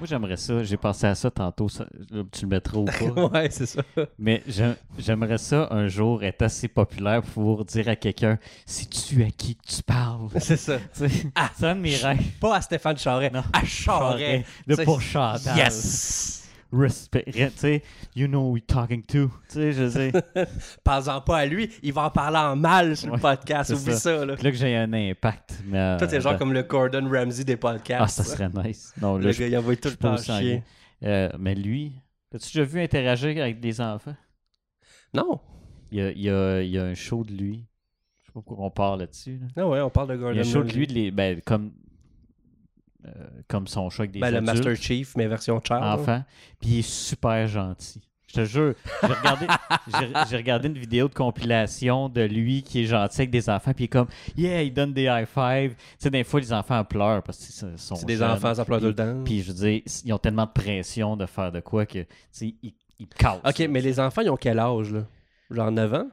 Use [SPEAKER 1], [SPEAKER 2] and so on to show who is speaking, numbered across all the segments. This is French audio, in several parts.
[SPEAKER 1] Moi, j'aimerais ça. J'ai pensé à ça tantôt. ça- là, tu le mettras ou pas.
[SPEAKER 2] ouais, c'est ça.
[SPEAKER 1] Mais j'ai- j'aimerais ça un jour être assez populaire pour dire à quelqu'un si tu à qui que tu parles.
[SPEAKER 2] C'est Ah, ça.
[SPEAKER 1] Tu sais, c'est un de mes rêves.
[SPEAKER 2] Pas à Stéphane Charret,
[SPEAKER 1] Non.
[SPEAKER 2] à Charret.
[SPEAKER 1] De
[SPEAKER 2] C'est-
[SPEAKER 1] pour Chantal.
[SPEAKER 2] Yes!
[SPEAKER 1] Respect. Tu sais, you know who you're talking to. Tu sais, je sais.
[SPEAKER 2] Parle-en pas à lui, il va en parler en mal sur
[SPEAKER 1] Ouais,
[SPEAKER 2] le podcast.
[SPEAKER 1] c'est
[SPEAKER 2] Oublie
[SPEAKER 1] ça.
[SPEAKER 2] ça, là.
[SPEAKER 1] Puis là que j'ai un impact. Mais, euh,
[SPEAKER 2] Toi, t'es genre
[SPEAKER 1] ben-
[SPEAKER 2] comme le Gordon Ramsay des podcasts.
[SPEAKER 1] Ah, ça serait nice. Non,
[SPEAKER 2] Le
[SPEAKER 1] là, je
[SPEAKER 2] gars, il envoie tout
[SPEAKER 1] je
[SPEAKER 2] le
[SPEAKER 1] peux
[SPEAKER 2] temps
[SPEAKER 1] aussi en
[SPEAKER 2] chier.
[SPEAKER 1] lien. Euh, mais lui, as-tu déjà vu interagir avec des enfants?
[SPEAKER 2] Non.
[SPEAKER 1] Il y a, il y a- il y a un show de lui. Je sais pas pourquoi on parle là-dessus. là.
[SPEAKER 2] Non, Ah ouais, on parle de
[SPEAKER 1] Il
[SPEAKER 2] Gordon
[SPEAKER 1] y a un show de
[SPEAKER 2] Ramsay.
[SPEAKER 1] lui, de les- ben, comme, euh, comme son choc des
[SPEAKER 2] Ben, le
[SPEAKER 1] adultes,
[SPEAKER 2] Master Chief, mais version Charles.
[SPEAKER 1] enfant. Puis il est super gentil. Je te jure, j'ai regardé, j'ai- j'ai regardé une vidéo de compilation de lui qui est gentil avec des enfants, puis il est comme, yeah, il donne des high five. Tu sais, des fois, les enfants pleurent parce qu'ils sont
[SPEAKER 2] C'est des
[SPEAKER 1] jeunes.
[SPEAKER 2] enfants, ça pleure tout le temps.
[SPEAKER 1] Puis je veux dire, ils ont tellement de pression de faire de quoi que, tu sais, ils, ils cassent.
[SPEAKER 2] Ok,
[SPEAKER 1] là.
[SPEAKER 2] mais les enfants, ils ont quel âge, là? Genre 9 ans?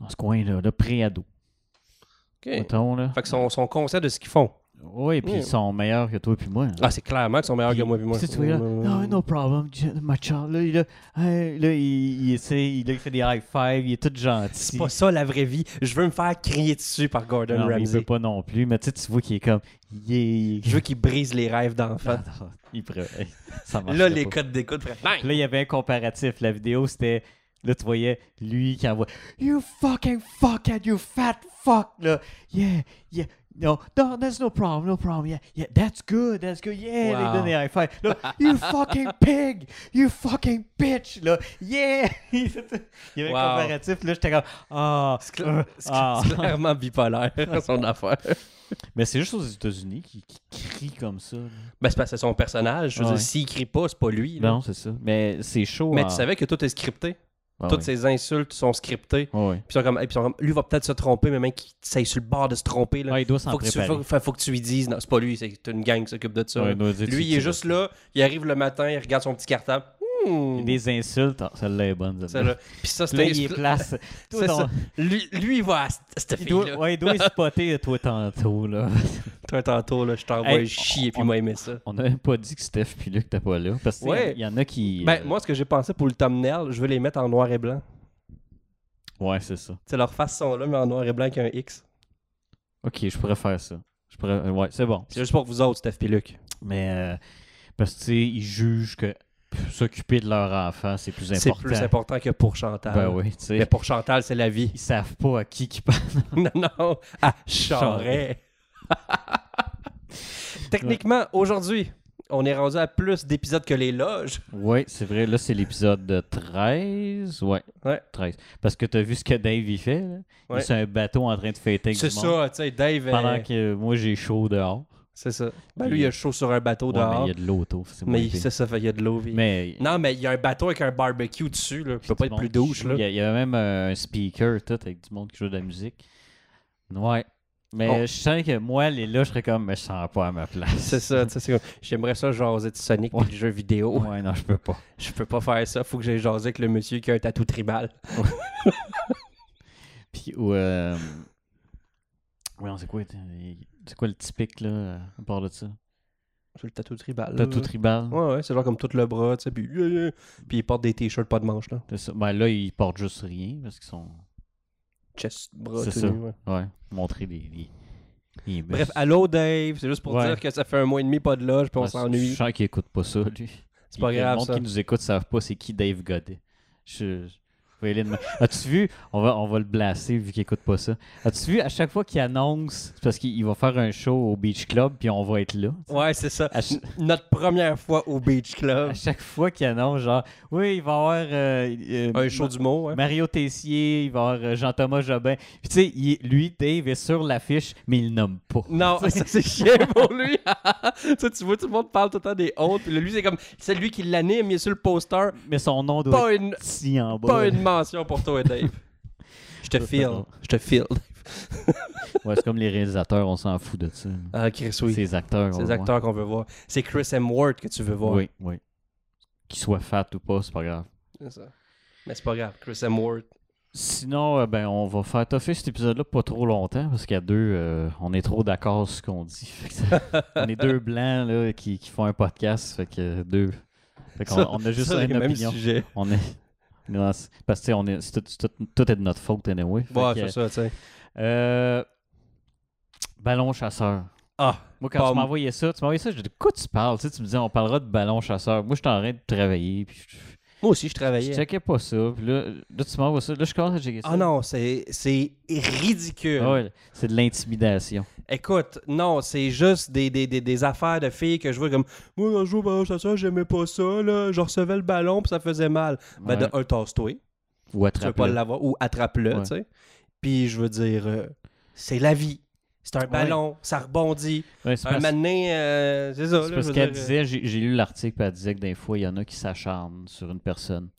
[SPEAKER 1] Dans ce coin-là, là, pré-ado.
[SPEAKER 2] Ok.
[SPEAKER 1] Mettons, là.
[SPEAKER 2] Eh. Fait qu'ils sont, sont conscients de ce qu'ils font.
[SPEAKER 1] Oui, puis
[SPEAKER 2] Mm.
[SPEAKER 1] ils sont meilleurs que toi puis moi. hein.
[SPEAKER 2] Ah, c'est clairement qu'ils sont meilleurs
[SPEAKER 1] Puis,
[SPEAKER 2] que moi et moi.
[SPEAKER 1] Tu sais, tu vois, là, no, no problem, j- my child. Là, il, là, hey, là, il, il essaie, il, là, il fait des high five, il est tout gentil.
[SPEAKER 2] C'est pas ça la vraie vie. Je veux me faire crier dessus par Gordon
[SPEAKER 1] Non, mais il veut
[SPEAKER 2] Ramsay.
[SPEAKER 1] pas non plus, mais tu sais, tu vois qu'il est comme, yeah.
[SPEAKER 2] Je veux qu'il brise les rêves d'enfants.
[SPEAKER 1] Non, non, il pourrait- hey, ça
[SPEAKER 2] Là,
[SPEAKER 1] marcherait
[SPEAKER 2] les
[SPEAKER 1] pas.
[SPEAKER 2] codes d'écoute feraient bang!
[SPEAKER 1] Là, il y avait un comparatif. La vidéo, c'était. Là, tu voyais lui qui envoie You fucking fuckhead, you fat fuck. Là, yeah, yeah. No, no, that's no problem, no problem. Yeah, yeah, that's good, that's good. Yeah,
[SPEAKER 2] Wow.
[SPEAKER 1] les données high five. Là, you fucking pig, you fucking bitch. Là, yeah. il y avait
[SPEAKER 2] Wow.
[SPEAKER 1] un comparatif. Là, j'étais comme Ah,
[SPEAKER 2] C'est cla-
[SPEAKER 1] euh,
[SPEAKER 2] c'est cla-
[SPEAKER 1] ah.
[SPEAKER 2] c'est clairement bipolaire, son affaire.
[SPEAKER 1] Mais c'est juste aux États-Unis qui, crie comme ça.
[SPEAKER 2] Ben, c'est parce que c'est son personnage. Je veux
[SPEAKER 1] Ouais.
[SPEAKER 2] dire, s'il crie pas, c'est pas lui. là.
[SPEAKER 1] Non, c'est ça. Mais c'est chaud.
[SPEAKER 2] Mais
[SPEAKER 1] en-
[SPEAKER 2] tu savais que tout est scripté.
[SPEAKER 1] Ah
[SPEAKER 2] Toutes
[SPEAKER 1] oui.
[SPEAKER 2] ces insultes sont scriptées.
[SPEAKER 1] Ah oui.
[SPEAKER 2] Puis ils sont comme, et puis ils sont comme, lui va peut-être se tromper, mais mec, ça est sur le bord de se tromper. Là.
[SPEAKER 1] Ah, il doit s'en
[SPEAKER 2] faut, que tu,
[SPEAKER 1] préparer.
[SPEAKER 2] faut, faut- faut que tu lui dises, non, c'est pas lui, c'est une gang qui s'occupe de ça.
[SPEAKER 1] Ouais,
[SPEAKER 2] là.
[SPEAKER 1] il doit dire, tu-
[SPEAKER 2] lui, il est
[SPEAKER 1] tu-
[SPEAKER 2] juste là, il arrive le matin, il regarde son petit cartable. Hmm,
[SPEAKER 1] Il y a Des insultes. Ah, celle-là est bonne.
[SPEAKER 2] ça,
[SPEAKER 1] Celle-là.
[SPEAKER 2] là. Puis ça,
[SPEAKER 1] Là,
[SPEAKER 2] c'était.
[SPEAKER 1] il est place. Toi,
[SPEAKER 2] C'est
[SPEAKER 1] ton-
[SPEAKER 2] ça. Lui, lui, il va à cette- cette
[SPEAKER 1] il doit,
[SPEAKER 2] fille-là.
[SPEAKER 1] ouais, il doit spotter euh, toi tantôt. Là.
[SPEAKER 2] Toi, tantôt, là, je t'envoie
[SPEAKER 1] Hey,
[SPEAKER 2] chier, puis
[SPEAKER 1] on-
[SPEAKER 2] moi, aimer ça.
[SPEAKER 1] On n'a même pas dit que Steph puis Luc t'es pas là. Parce qu'il
[SPEAKER 2] Ouais.
[SPEAKER 1] y, en a qui.
[SPEAKER 2] Ben,
[SPEAKER 1] euh,
[SPEAKER 2] moi, ce que j'ai pensé pour le thumbnail, je veux les mettre en noir et blanc.
[SPEAKER 1] Ouais, c'est ça.
[SPEAKER 2] Tu sais, leurs faces sont là, mais en noir et blanc avec un X.
[SPEAKER 1] Ok, je pourrais faire ça. Je pourrais... euh, Ouais, c'est bon.
[SPEAKER 2] C'est juste pour vous autres, Steph et Luc.
[SPEAKER 1] Mais euh, parce que tu sais, ils jugent que pff, s'occuper de leur enfant, c'est plus
[SPEAKER 2] C'est
[SPEAKER 1] important.
[SPEAKER 2] plus important que pour Chantal.
[SPEAKER 1] Ben oui, tu
[SPEAKER 2] Mais
[SPEAKER 1] sais.
[SPEAKER 2] pour Chantal, c'est la vie.
[SPEAKER 1] Ils savent pas à qui qui parle.
[SPEAKER 2] non, non, à Charret. Techniquement, aujourd'hui, on est rendu à plus d'épisodes que les loges.
[SPEAKER 1] Ouais, c'est vrai. Là, c'est l'épisode de 13. Ouais.
[SPEAKER 2] Ouais.
[SPEAKER 1] 13. Parce que t'as vu ce que Dave y fait. Là. Il
[SPEAKER 2] Ouais.
[SPEAKER 1] est sur un bateau en train de fêter avec
[SPEAKER 2] C'est
[SPEAKER 1] du monde.
[SPEAKER 2] ça, tu sais, Dave. euh,
[SPEAKER 1] Pendant que moi, j'ai chaud dehors.
[SPEAKER 2] C'est ça. Ben, lui, il a chaud sur un bateau
[SPEAKER 1] Ouais, mais
[SPEAKER 2] dehors.
[SPEAKER 1] il y a de l'eau autour. c'est moins
[SPEAKER 2] Mais
[SPEAKER 1] pire.
[SPEAKER 2] c'est ça, fait, il y a de l'eau. il-
[SPEAKER 1] Mais
[SPEAKER 2] Non, mais il y a un bateau avec un barbecue dessus. Là. Il peut pas
[SPEAKER 1] du
[SPEAKER 2] être plus
[SPEAKER 1] monde qui
[SPEAKER 2] douche.
[SPEAKER 1] joue.
[SPEAKER 2] Là.
[SPEAKER 1] Il y a- il y, avait même euh, un speaker tout, avec du monde qui joue de la musique. Ouais. Mais
[SPEAKER 2] Oh.
[SPEAKER 1] je sens que moi, les là, je serais comme, mais je sens pas à ma place.
[SPEAKER 2] C'est ça, tu sais, c'est comme, j'aimerais ça jaser de Sonic
[SPEAKER 1] Ouais.
[SPEAKER 2] puis de jeux vidéo.
[SPEAKER 1] Ouais, non, je peux pas.
[SPEAKER 2] Je peux pas faire ça, faut que j'aille jaser avec le monsieur qui a un tatou tribal.
[SPEAKER 1] Puis, ou. euh, ouais, non, c'est quoi, euh, c'est quoi le typique, là, euh, à part de ça
[SPEAKER 2] C'est le tatou tribal. là.
[SPEAKER 1] Tatou tribal.
[SPEAKER 2] Ouais, ouais, c'est genre comme tout le bras, tu sais, puis, yeah, yeah. puis il porte des t-shirts pas de manches, là.
[SPEAKER 1] C'est ça. Ben là, ils portent juste rien parce qu'ils sont.
[SPEAKER 2] Chest, bras,
[SPEAKER 1] C'est
[SPEAKER 2] tout
[SPEAKER 1] ça.
[SPEAKER 2] nu, ouais.
[SPEAKER 1] Ouais, montrer des. des, des muscles.
[SPEAKER 2] Bref, allô Dave, c'est juste pour
[SPEAKER 1] Ouais.
[SPEAKER 2] dire que ça fait un mois et demi pas de loge, puis on
[SPEAKER 1] Ouais, Je
[SPEAKER 2] s'ennuie.
[SPEAKER 1] sens qu'il écoute pas ça, lui.
[SPEAKER 2] C'est pas
[SPEAKER 1] Il- Le
[SPEAKER 2] grave,
[SPEAKER 1] monde
[SPEAKER 2] ça.
[SPEAKER 1] qui nous écoute ne savent pas c'est qui Dave Godet. Je, je vais y aller demain. As-tu vu on va, on va le blasser vu qu'il écoute pas ça. As-tu vu à chaque fois qu'il annonce c'est parce qu'il il va faire un show au Beach Club puis on va être là.
[SPEAKER 2] Ouais, c'est ça.
[SPEAKER 1] À ch-
[SPEAKER 2] N- Notre première fois au Beach Club.
[SPEAKER 1] À chaque fois qu'il annonce genre oui, il va y avoir euh, euh,
[SPEAKER 2] Un show du mot, hein.
[SPEAKER 1] Mario Tessier, il va y avoir euh, Jean-Thomas Jobin. Puis tu sais, il- lui Dave est sur l'affiche mais il le nomme pas.
[SPEAKER 2] Non, ça c'est chiant pour lui. tu, sais, tu vois, tout le monde parle tout le temps des autres. Puis là, lui, c'est comme, c'est lui qui l'anime, il est sur le poster.
[SPEAKER 1] Mais son nom doit être
[SPEAKER 2] Pas une,
[SPEAKER 1] petit en bas.
[SPEAKER 2] pas une mention pour toi, Dave. Je te feel. Je te feel.
[SPEAKER 1] Ouais, c'est comme les réalisateurs, on s'en fout de ça.
[SPEAKER 2] Ah, Chris, oui.
[SPEAKER 1] Ces acteurs. on
[SPEAKER 2] C'est
[SPEAKER 1] le voit.
[SPEAKER 2] les acteurs qu'on veut voir. C'est Chris M. Ward que tu veux voir.
[SPEAKER 1] Oui, oui. Qu'il soit fat ou pas, c'est pas grave.
[SPEAKER 2] C'est ça. Mais c'est pas grave, Chris M. Ward.
[SPEAKER 1] Sinon, euh, ben, on va faire toffer cet épisode-là pas trop longtemps parce qu'à deux, euh, on est trop d'accord sur ce qu'on dit. Fait que ça- on est deux blancs là, qui, qui font un podcast. Fait que deux. Fait qu'on-
[SPEAKER 2] Ça-
[SPEAKER 1] on a juste
[SPEAKER 2] ça, c'est
[SPEAKER 1] une
[SPEAKER 2] le même
[SPEAKER 1] opinion.
[SPEAKER 2] sujet.
[SPEAKER 1] On est. on est dans- parce que tu sais, on est, c'est tout, c'est tout- tout est de notre faute, anyway. Fait
[SPEAKER 2] Ouais,
[SPEAKER 1] que,
[SPEAKER 2] c'est ça, tu sais.
[SPEAKER 1] euh, ballon chasseur.
[SPEAKER 2] Ah,
[SPEAKER 1] Moi, quand tu
[SPEAKER 2] Pomme.
[SPEAKER 1] m'envoyais ça, tu m'envoyais ça, je dis de quoi tu parles? Tu, sais, tu me disais, on parlera de ballon chasseur. Moi, j'étais en train de travailler. Puis je-
[SPEAKER 2] moi aussi, je
[SPEAKER 1] je,
[SPEAKER 2] travaillais.
[SPEAKER 1] checkais pas ça. Puis là, là, tu m'envoies ça. Là, je commence à checker ça.
[SPEAKER 2] Ah non, c'est c'est ridicule.
[SPEAKER 1] Ah ouais, c'est de l'intimidation.
[SPEAKER 2] Écoute, non, c'est juste des, des, des, des affaires de filles que je vois comme Moi, quand je jouais au ballon chasseur, j'aimais pas ça, là. Je recevais le ballon, puis ça faisait mal. Ben,
[SPEAKER 1] Ouais.
[SPEAKER 2] de un,
[SPEAKER 1] Ou
[SPEAKER 2] tasse-toi. Tu veux pas
[SPEAKER 1] attraper.
[SPEAKER 2] l'avoir. Ou attrape-le,
[SPEAKER 1] Ouais.
[SPEAKER 2] tu sais. Puis je veux dire, euh, c'est la vie. C'est un ballon, ça rebondit.
[SPEAKER 1] Ouais, c'est
[SPEAKER 2] Un
[SPEAKER 1] parce, c'est
[SPEAKER 2] matin, euh, c'est ça, là.
[SPEAKER 1] parce
[SPEAKER 2] je veux
[SPEAKER 1] qu'elle
[SPEAKER 2] dire, euh,
[SPEAKER 1] disait, j'ai j'ai lu l'article, puis elle disait que des fois, il y en a qui s'acharnent sur une personne.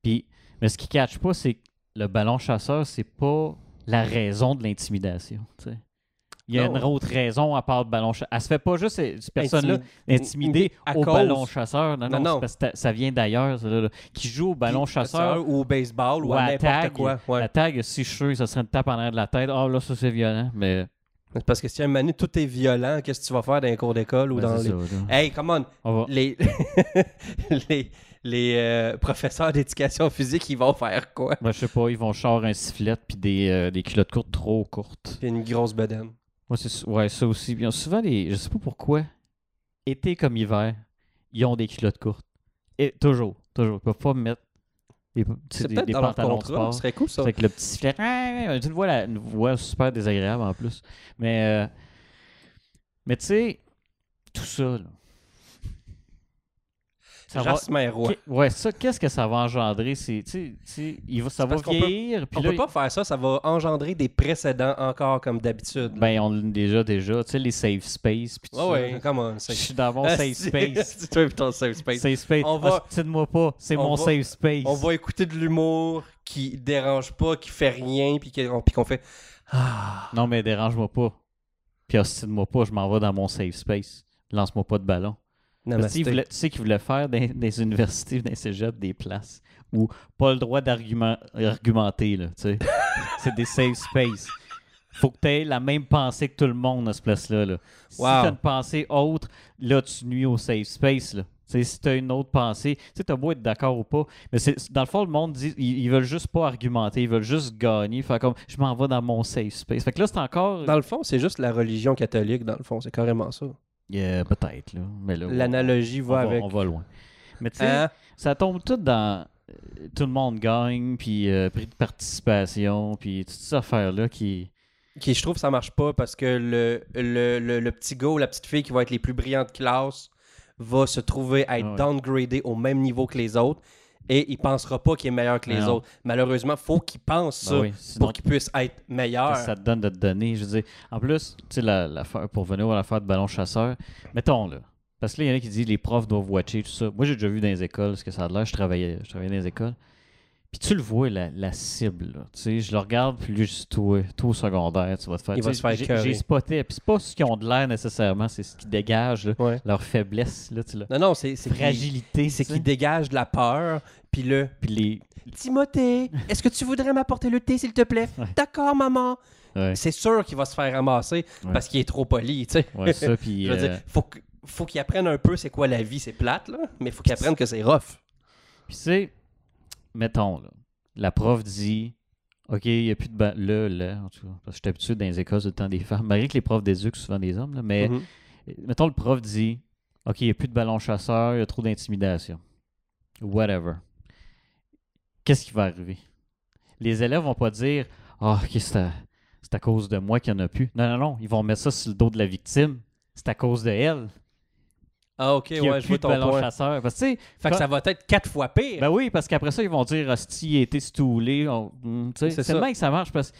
[SPEAKER 1] Puis, mais ce qu'ils ne catchent pas, c'est que le ballon chasseur, c'est pas la raison de l'intimidation. tu sais. Il y a
[SPEAKER 2] Non.
[SPEAKER 1] une autre raison à part le ballon chasseur. Elle se fait pas juste, cette personne-là,
[SPEAKER 2] Intimi-
[SPEAKER 1] intimider
[SPEAKER 2] à
[SPEAKER 1] au
[SPEAKER 2] cause.
[SPEAKER 1] ballon chasseur. Non, non,
[SPEAKER 2] Non, non.
[SPEAKER 1] c'est parce que ça vient d'ailleurs, ça, là, là. qui joue au ballon
[SPEAKER 2] puis-
[SPEAKER 1] chasseur.
[SPEAKER 2] ou au baseball, ou,
[SPEAKER 1] Ou
[SPEAKER 2] à
[SPEAKER 1] à
[SPEAKER 2] n'importe
[SPEAKER 1] tag.
[SPEAKER 2] quoi. Ouais.
[SPEAKER 1] La tag, si je suis sûr que ça serait une tape en l'air de la tête, oh là, ça c'est violent, mais.
[SPEAKER 2] C'est Parce que si à un moment donné, tout est violent, qu'est-ce que tu vas faire dans les cours d'école ou
[SPEAKER 1] ben,
[SPEAKER 2] dans
[SPEAKER 1] c'est
[SPEAKER 2] les.
[SPEAKER 1] ça, là.
[SPEAKER 2] Hey, come on!
[SPEAKER 1] On va-
[SPEAKER 2] Les, les, les, euh, professeurs d'éducation physique, ils vont faire quoi?
[SPEAKER 1] Ben, je sais pas, ils vont char un sifflet puis des, euh, des culottes courtes trop courtes.
[SPEAKER 2] Puis une grosse bedaine.
[SPEAKER 1] Moi, c'est s- ouais, ça aussi. Ils ont souvent des. Je sais pas pourquoi. Été comme hiver, ils ont des culottes courtes. Et toujours, toujours. Ils peuvent pas mettre des, tu sais,
[SPEAKER 2] C'est
[SPEAKER 1] des-
[SPEAKER 2] peut-être
[SPEAKER 1] des
[SPEAKER 2] dans leur
[SPEAKER 1] pantalons de
[SPEAKER 2] contrat.
[SPEAKER 1] sport.
[SPEAKER 2] Ce serait cool, ça.
[SPEAKER 1] Fait que le petit sifflet. ouais, ouais, Une voix, la- une voix super désagréable en plus. Mais, euh, mais tu sais, tout ça, là. Ça va-
[SPEAKER 2] Jasmin Roy.
[SPEAKER 1] Qu'est- Ouais, ça, qu'est-ce que ça va engendrer? C'est, tu sais- tu sais, il va, ça
[SPEAKER 2] C'est
[SPEAKER 1] va
[SPEAKER 2] parce qu'on peut-
[SPEAKER 1] vieillir. puis
[SPEAKER 2] On
[SPEAKER 1] là,
[SPEAKER 2] peut pas faire ça, ça va engendrer des précédents encore comme d'habitude.
[SPEAKER 1] Ben, on l'a déjà, déjà. Tu sais, les safe space. Puis tout
[SPEAKER 2] euh, Ouais,
[SPEAKER 1] ça,
[SPEAKER 2] ouais,
[SPEAKER 1] là.
[SPEAKER 2] come on.
[SPEAKER 1] Je
[SPEAKER 2] c'est-
[SPEAKER 1] suis dans mon
[SPEAKER 2] Ah,
[SPEAKER 1] safe
[SPEAKER 2] si-
[SPEAKER 1] space.
[SPEAKER 2] si tu veux ton safe space.
[SPEAKER 1] safe space.
[SPEAKER 2] On
[SPEAKER 1] On
[SPEAKER 2] va-
[SPEAKER 1] va... moi pas, c'est
[SPEAKER 2] on
[SPEAKER 1] mon
[SPEAKER 2] va-
[SPEAKER 1] safe space.
[SPEAKER 2] On va écouter de l'humour qui dérange pas, qui fait rien, puis qu'on puis qu'on fait. Ah.
[SPEAKER 1] Non, mais dérange-moi pas. Puis hostile-moi pas, je m'en vais dans mon safe space. Lance-moi pas de ballon.
[SPEAKER 2] Non,
[SPEAKER 1] Parce que ils voulaient- tu sais qu'ils voulaient faire des, des universités, des cégeps, des places où pas le droit d'argument- argumenter, là, tu sais. c'est des safe space. Faut que tu aies la même pensée que tout le monde à ce place-là. là. Si
[SPEAKER 2] Wow.
[SPEAKER 1] t'as une pensée autre, là, tu nuis au safe space, là. Tu sais, si t'as une autre pensée, tu sais, t'as beau être d'accord ou pas, mais c'est, c'est- dans le fond, le monde dit, ils, ils veulles juste pas argumenter, ils veulent juste gagner, faire comme, je m'en vais dans mon safe space. Fait que là, c'est encore...
[SPEAKER 2] Dans le fond, c'est juste la religion catholique, dans le fond, c'est carrément ça.
[SPEAKER 1] Yeah, peut-être, là. Mais là, on-
[SPEAKER 2] L'analogie
[SPEAKER 1] on
[SPEAKER 2] va
[SPEAKER 1] va-
[SPEAKER 2] avec.
[SPEAKER 1] on va loin. Mais tu sais,
[SPEAKER 2] Hein?
[SPEAKER 1] Ça tombe tout dans euh, tout le monde gagne, puis euh, prix de participation, puis toutes ces affaires-là qui.
[SPEAKER 2] Qui, je trouve, ça marche pas parce que le, le, le, le petit gars ou la petite fille qui va être les plus brillants de classe va se trouver à être
[SPEAKER 1] Ah ouais.
[SPEAKER 2] downgradé au même niveau que les autres et il pensera pas qu'il est meilleur que les
[SPEAKER 1] Ah Non.
[SPEAKER 2] autres. Malheureusement, faut qu'il pense ça
[SPEAKER 1] Ben oui,
[SPEAKER 2] pour
[SPEAKER 1] sinon,
[SPEAKER 2] qu'il puisse être meilleur.
[SPEAKER 1] qu'est-ce que ça te donne de te donner. Je veux dire, en plus, tu sais, la, l'affaire- pour venir à l'affaire de ballon chasseur, mettons là. Parce que là, il y en a qui disent les profs doivent watcher, tout ça. Moi, j'ai déjà vu dans les écoles ce que ça a de l'air. Je travaillais, je travaillais dans les écoles. Puis tu le vois, la, la cible. là. Tu sais, je le regarde, puis lui, je dis, toi, toi, au secondaire, tu vas te faire.
[SPEAKER 2] Il va
[SPEAKER 1] tu sais,
[SPEAKER 2] se faire
[SPEAKER 1] j'ai-
[SPEAKER 2] écœurer.
[SPEAKER 1] J'ai spoté. Puis c'est pas ce qu'ils ont de l'air nécessairement, c'est ce qui dégage, là,
[SPEAKER 2] Ouais.
[SPEAKER 1] leur faiblesse, là, tu sais, là.
[SPEAKER 2] Non, non, c'est c'est qu'il-
[SPEAKER 1] fragilité, c'est
[SPEAKER 2] C'est qu'il
[SPEAKER 1] qui
[SPEAKER 2] dégage de la peur, puis le
[SPEAKER 1] puis les
[SPEAKER 2] Timothée, est-ce que tu voudrais m'apporter le thé, s'il te plaît? D'accord, maman.
[SPEAKER 1] ouais,
[SPEAKER 2] C'est sûr qu'il va se faire ramasser
[SPEAKER 1] Ouais.
[SPEAKER 2] parce qu'il est trop poli, tu sais.
[SPEAKER 1] ouais, ça puis
[SPEAKER 2] Je veux
[SPEAKER 1] euh,
[SPEAKER 2] dire, faut, que- faut qu'ils apprennent un peu c'est quoi la vie, c'est plate, là, mais faut qu'ils apprennent que c'est rough.
[SPEAKER 1] puis tu sais mettons là, la prof dit OK, il n'y a plus de ba- là là en tout cas parce que j'étais habitué dans les écoles c'est le temps des femmes, malgré que les profs d'éduc souvent des hommes là, mais euh,
[SPEAKER 2] Mhm.
[SPEAKER 1] mettons le prof dit OK, il n'y a plus de ballon chasseur, il y a trop d'intimidation. Whatever. Qu'est-ce qui va arriver Les élèves vont pas dire Ah, OK, c'est à, c'est à cause de moi qu'il n'y en a plus. Non non non, ils vont mettre ça sur le dos de la victime. C'est à cause de elle.
[SPEAKER 2] Ah, ok,
[SPEAKER 1] qu'il n'y a
[SPEAKER 2] ouais, je
[SPEAKER 1] plus
[SPEAKER 2] vois
[SPEAKER 1] de
[SPEAKER 2] ton
[SPEAKER 1] ballon
[SPEAKER 2] point.
[SPEAKER 1] chasseur. Parce que, tu sais,
[SPEAKER 2] Fait que ça va être quatre fois pire.
[SPEAKER 1] Ben oui, parce qu'après ça, ils vont dire hostie, il a été stoulé. on- mm, tu sais,
[SPEAKER 2] C'est
[SPEAKER 1] C'est
[SPEAKER 2] ça.
[SPEAKER 1] le même que ça marche parce que,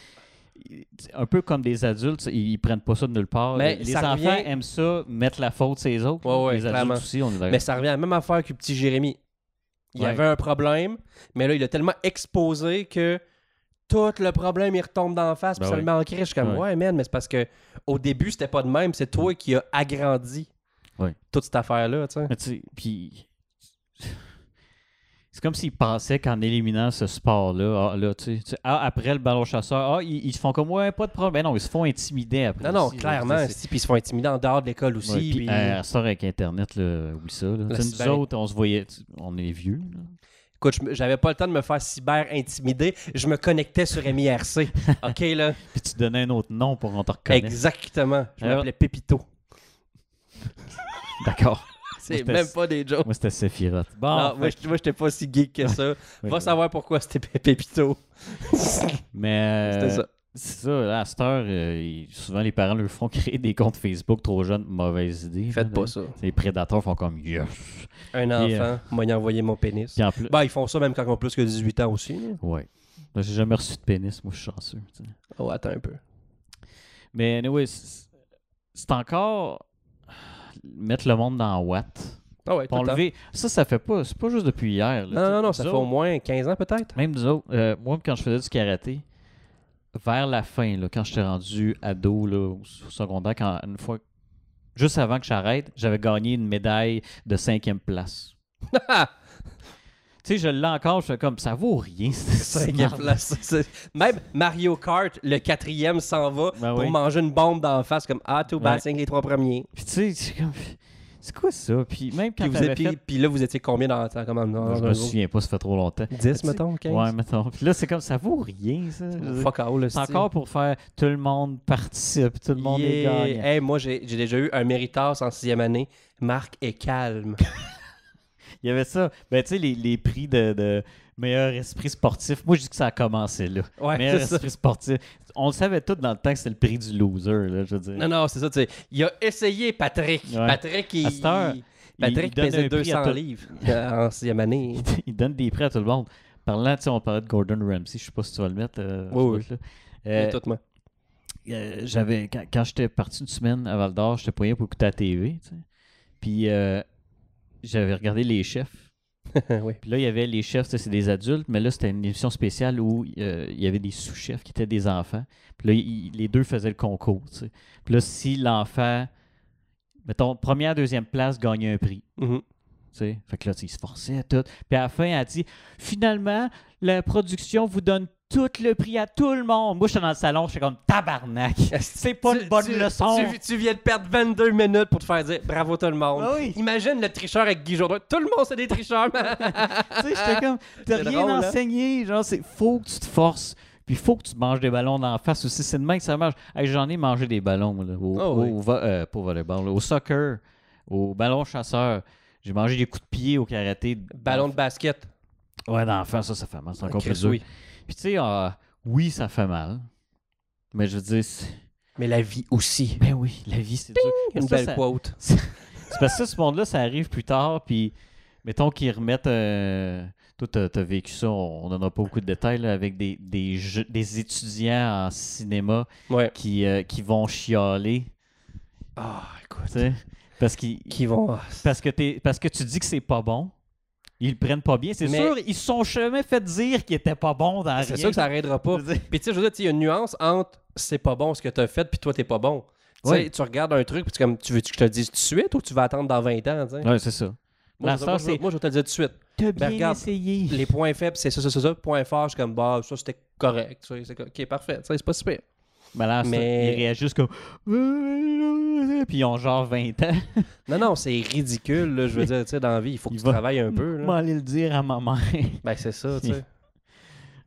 [SPEAKER 1] c'est un peu comme des adultes, ils, ils prennent pas ça de nulle part.
[SPEAKER 2] Mais
[SPEAKER 1] les
[SPEAKER 2] ça
[SPEAKER 1] enfants
[SPEAKER 2] revient-
[SPEAKER 1] aiment ça, mettre la faute sur les autres.
[SPEAKER 2] Ouais, ouais,
[SPEAKER 1] les
[SPEAKER 2] clairement.
[SPEAKER 1] adultes aussi, on est d'accord.
[SPEAKER 2] mais ça revient à la même affaire que petit Jérémy. Il
[SPEAKER 1] Ouais.
[SPEAKER 2] avait un problème, mais là, il a tellement exposé que tout le problème, il retombe dans la face,
[SPEAKER 1] Ben
[SPEAKER 2] puis ça
[SPEAKER 1] oui.
[SPEAKER 2] le met en crise. Je suis comme, ouais,
[SPEAKER 1] Ouais.
[SPEAKER 2] man, mais c'est parce que au début, c'était pas de même, c'est toi qui as agrandi
[SPEAKER 1] Ouais.
[SPEAKER 2] toute cette affaire-là, tu sais.
[SPEAKER 1] Mais tu sais, puis C'est comme s'ils pensaient qu'en éliminant ce sport-là, ah, là, tu sais, tu sais, ah, après le ballon chasseur, ah, ils, ils se font comme, ouais, pas de problème. Ben non, ils se font intimider après.
[SPEAKER 2] Non, non,
[SPEAKER 1] aussi, là.
[SPEAKER 2] clairement.
[SPEAKER 1] C'est-
[SPEAKER 2] si, Puis ils se font intimider en dehors de l'école aussi.
[SPEAKER 1] Ouais, puis,
[SPEAKER 2] puis-
[SPEAKER 1] euh, à ce soir avec Internet, là, oublie ça. là. Tu sais, nous
[SPEAKER 2] c'est bien.
[SPEAKER 1] autres, on se voyait, tu- on est vieux. là.
[SPEAKER 2] Écoute, je me- j'avais pas le temps de me faire cyber-intimider. Je me connectais sur MIRC. OK, là?
[SPEAKER 1] Puis tu donnais un autre nom pour on te reconnaître.
[SPEAKER 2] Exactement. Je
[SPEAKER 1] Alors-
[SPEAKER 2] m'appelais Pépito.
[SPEAKER 1] D'accord.
[SPEAKER 2] C'est
[SPEAKER 1] C'était-
[SPEAKER 2] même pas des jokes.
[SPEAKER 1] Moi, c'était Sephiroth. Bon,
[SPEAKER 2] Non,
[SPEAKER 1] Ah, fait- Ah,
[SPEAKER 2] moi, je- moi, j'étais pas si geek que ça.
[SPEAKER 1] oui,
[SPEAKER 2] Ah, Va
[SPEAKER 1] oui.
[SPEAKER 2] savoir pourquoi c'était Pé- Pépito. c'était
[SPEAKER 1] Mais euh,
[SPEAKER 2] ça.
[SPEAKER 1] c'est ça, là, à cette heure, euh, ils- souvent les parents leur font créer des comptes Facebook trop jeunes, mauvaise idée.
[SPEAKER 2] Faites
[SPEAKER 1] là,
[SPEAKER 2] pas
[SPEAKER 1] de-
[SPEAKER 2] ça.
[SPEAKER 1] Les prédateurs font comme yes.
[SPEAKER 2] Un
[SPEAKER 1] Puis, euh,
[SPEAKER 2] enfant m'a envoyé mon pénis.
[SPEAKER 1] Puis en plus,
[SPEAKER 2] Ben, ils font ça même quand ils ont plus que 18 ans aussi. là.
[SPEAKER 1] ouais. Là, J'ai jamais reçu de pénis, moi je suis chanceux. tu sais.
[SPEAKER 2] Oh, attends un peu.
[SPEAKER 1] Mais anyway, c'est c'est encore mettre le monde dans Watt.
[SPEAKER 2] Ah ouais, tout le temps.
[SPEAKER 1] Enlever... Ça, ça fait pas. C'est pas juste depuis hier. là.
[SPEAKER 2] Non, non, non,
[SPEAKER 1] Nous
[SPEAKER 2] ça fait
[SPEAKER 1] autres-
[SPEAKER 2] au moins 15 ans peut-être.
[SPEAKER 1] Même nous autres, euh, moi, quand je faisais du karaté, vers la fin, là, quand j'étais rendu ado là, au au secondaire, quand, une fois, juste avant que j'arrête, j'avais gagné une médaille de cinquième place. tu sais, je l'ai encore, je fais comme, ça vaut rien. cette
[SPEAKER 2] Cinquième
[SPEAKER 1] merde.
[SPEAKER 2] place, ça, c'est- Même Mario Kart, le quatrième s'en va
[SPEAKER 1] Ben
[SPEAKER 2] pour
[SPEAKER 1] oui.
[SPEAKER 2] manger une bombe d'en face comme Ah, tout
[SPEAKER 1] Ouais.
[SPEAKER 2] bad, cinq les trois premiers.
[SPEAKER 1] Puis tu sais, c'est comme, c'est quoi ça? Puis même quand
[SPEAKER 2] Puis, vous
[SPEAKER 1] t'avais
[SPEAKER 2] êtes- puis-
[SPEAKER 1] fait...
[SPEAKER 2] puis là, vous étiez combien dans, dans, comme, dans
[SPEAKER 1] Ben, je
[SPEAKER 2] un
[SPEAKER 1] me
[SPEAKER 2] groupe?
[SPEAKER 1] souviens pas, ça fait trop longtemps.
[SPEAKER 2] 10,
[SPEAKER 1] Tu-
[SPEAKER 2] mettons, 15?
[SPEAKER 1] Ouais, mettons. Puis là, c'est comme, ça vaut rien, ça. Je veux dire,
[SPEAKER 2] Fuck all, le
[SPEAKER 1] C'est
[SPEAKER 2] style.
[SPEAKER 1] encore pour faire tout le monde participe, tout le monde est
[SPEAKER 2] Yeah.
[SPEAKER 1] gagnant.
[SPEAKER 2] Hey, moi, j'ai j'ai déjà eu un méritas en sixième année. Marc est calme.
[SPEAKER 1] Il y avait ça. Ben, tu sais, les, les prix de, de meilleur esprit sportif. Moi, je dis que ça a commencé là.
[SPEAKER 2] Ouais,
[SPEAKER 1] meilleur
[SPEAKER 2] c'est ça.
[SPEAKER 1] esprit sportif. On le savait tout dans le temps que c'est le prix du loser, là, je veux dire.
[SPEAKER 2] Non, non, c'est ça, tu sais. Il a essayé Patrick.
[SPEAKER 1] Ouais.
[SPEAKER 2] Patrick, il,
[SPEAKER 1] À cette heure,
[SPEAKER 2] Patrick
[SPEAKER 1] donne
[SPEAKER 2] pesait
[SPEAKER 1] un prix à
[SPEAKER 2] 200
[SPEAKER 1] tout-
[SPEAKER 2] livres euh, en sixième année.
[SPEAKER 1] Il donne des prix à tout le monde. Parlant, tu sais, on parlait de Gordon Ramsay. Je sais pas si tu vas le mettre. euh,
[SPEAKER 2] Oui,
[SPEAKER 1] ce
[SPEAKER 2] oui.
[SPEAKER 1] bout-là.
[SPEAKER 2] Mais
[SPEAKER 1] Euh,
[SPEAKER 2] tout, moi.
[SPEAKER 1] euh, j'avais quand, quand j'étais parti une semaine à Val d'Or, j'étais poigné pour écouter la TV. tu sais. Puis euh, j'avais regardé les chefs.
[SPEAKER 2] oui.
[SPEAKER 1] Puis là, il y avait les chefs, ça, c'est des adultes, mais là, c'était une émission spéciale où euh, il y avait des sous-chefs qui étaient des enfants. Puis là, il- les deux faisaient le concours. tu sais. Puis là, si l'enfant, mettons, première, deuxième place, gagnait un prix.
[SPEAKER 2] Mhm.
[SPEAKER 1] tu sais. Fait que là, tu sais, il se forçait tout. Puis à la fin, elle a dit Finalement, la production vous donne tout le prix à tout le monde. Moi, j'étais dans le salon, j'étais comme tabarnak. C'est pas
[SPEAKER 2] Tu-
[SPEAKER 1] une bonne
[SPEAKER 2] tu-
[SPEAKER 1] leçon.
[SPEAKER 2] Tu, tu viens de perdre 22 minutes pour te faire dire bravo tout le monde.
[SPEAKER 1] Ah oui.
[SPEAKER 2] Imagine le tricheur avec Guy Jourdain. Tout le monde, c'est des tricheurs.
[SPEAKER 1] Tu sais, j'étais comme, t'as
[SPEAKER 2] C'est
[SPEAKER 1] rien
[SPEAKER 2] drôle, hein?
[SPEAKER 1] enseigné. Genre, c'est faut que tu te forces. Puis faut que tu te manges des ballons d'en face aussi. C'est de même que ça marche. Hey, J'en ai mangé des ballons moi, là, au,
[SPEAKER 2] Ah oui.
[SPEAKER 1] au vo- euh, pas au volleyball, là, au soccer, au ballon chasseur. J'ai mangé des coups de pied au karaté.
[SPEAKER 2] Ballon de basket.
[SPEAKER 1] Ouais, d'en face, ça, ça fait mal. C'est encore
[SPEAKER 2] Chris,
[SPEAKER 1] plus dur.
[SPEAKER 2] oui.
[SPEAKER 1] Puis tu sais, euh, oui, ça fait mal. Mais je veux dire, c'est-
[SPEAKER 2] Mais la vie aussi.
[SPEAKER 1] ben oui, la vie, c'est dur.
[SPEAKER 2] Une
[SPEAKER 1] Parce que
[SPEAKER 2] belle
[SPEAKER 1] ça-
[SPEAKER 2] quote.
[SPEAKER 1] C'est parce que ça, ce monde-là, ça arrive plus tard, puis mettons qu'ils remettent. euh, Toi, t'as as vécu ça, on n'en a pas beaucoup de détails, là, avec des, des, jeux- des étudiants en cinéma
[SPEAKER 2] Ouais.
[SPEAKER 1] qui, euh, qui vont chialer,
[SPEAKER 2] Ah,
[SPEAKER 1] tu
[SPEAKER 2] écoute.
[SPEAKER 1] sais, parce, qu'ils-
[SPEAKER 2] Qui vont. ah,
[SPEAKER 1] parce, que t'es- parce que tu dis que c'est pas bon. Ils le prennent pas bien, c'est
[SPEAKER 2] Mais-
[SPEAKER 1] sûr. Ils se sont jamais fait dire qu'il était pas bon dans
[SPEAKER 2] C'est
[SPEAKER 1] rien.
[SPEAKER 2] sûr que ça arrêtera pas.
[SPEAKER 1] Je veux dire-
[SPEAKER 2] Puis tu sais, je veux dire, tu sais, il y a une nuance entre c'est pas bon ce que t'as fait, puis toi, t'es pas bon. Tu sais,
[SPEAKER 1] Ouais.
[SPEAKER 2] Tu regardes un truc, puis tu es comme, tu veux que je te le dise tout de suite ou tu vas attendre dans 20 ans? tu sais?
[SPEAKER 1] Ouais, c'est ça.
[SPEAKER 2] Moi,
[SPEAKER 1] La
[SPEAKER 2] je,
[SPEAKER 1] star,
[SPEAKER 2] moi, je-
[SPEAKER 1] c'est
[SPEAKER 2] moi, je vais te le dire tout de suite.
[SPEAKER 1] T'as
[SPEAKER 2] Ben,
[SPEAKER 1] bien
[SPEAKER 2] regarde,
[SPEAKER 1] essayé.
[SPEAKER 2] Les points faibles, c'est ça, ça, ça, ça. Point fort, je suis comme, bah, ça, c'était correct. tu sais, c'est co- ok, parfait. tu sais, C'est pas super.
[SPEAKER 1] Mais là, ça,
[SPEAKER 2] Mais-
[SPEAKER 1] ils réagissent comme. Euh, Puis ils ont genre 20 ans.
[SPEAKER 2] Non, non, c'est ridicule, là, je veux dire, tu sais, dans la vie, il faut que
[SPEAKER 1] Il
[SPEAKER 2] tu
[SPEAKER 1] va-
[SPEAKER 2] travailles un peu.
[SPEAKER 1] Je
[SPEAKER 2] là.
[SPEAKER 1] vais aller le dire à ma mère.
[SPEAKER 2] Ben, c'est ça, tu
[SPEAKER 1] Ça,
[SPEAKER 2] sais.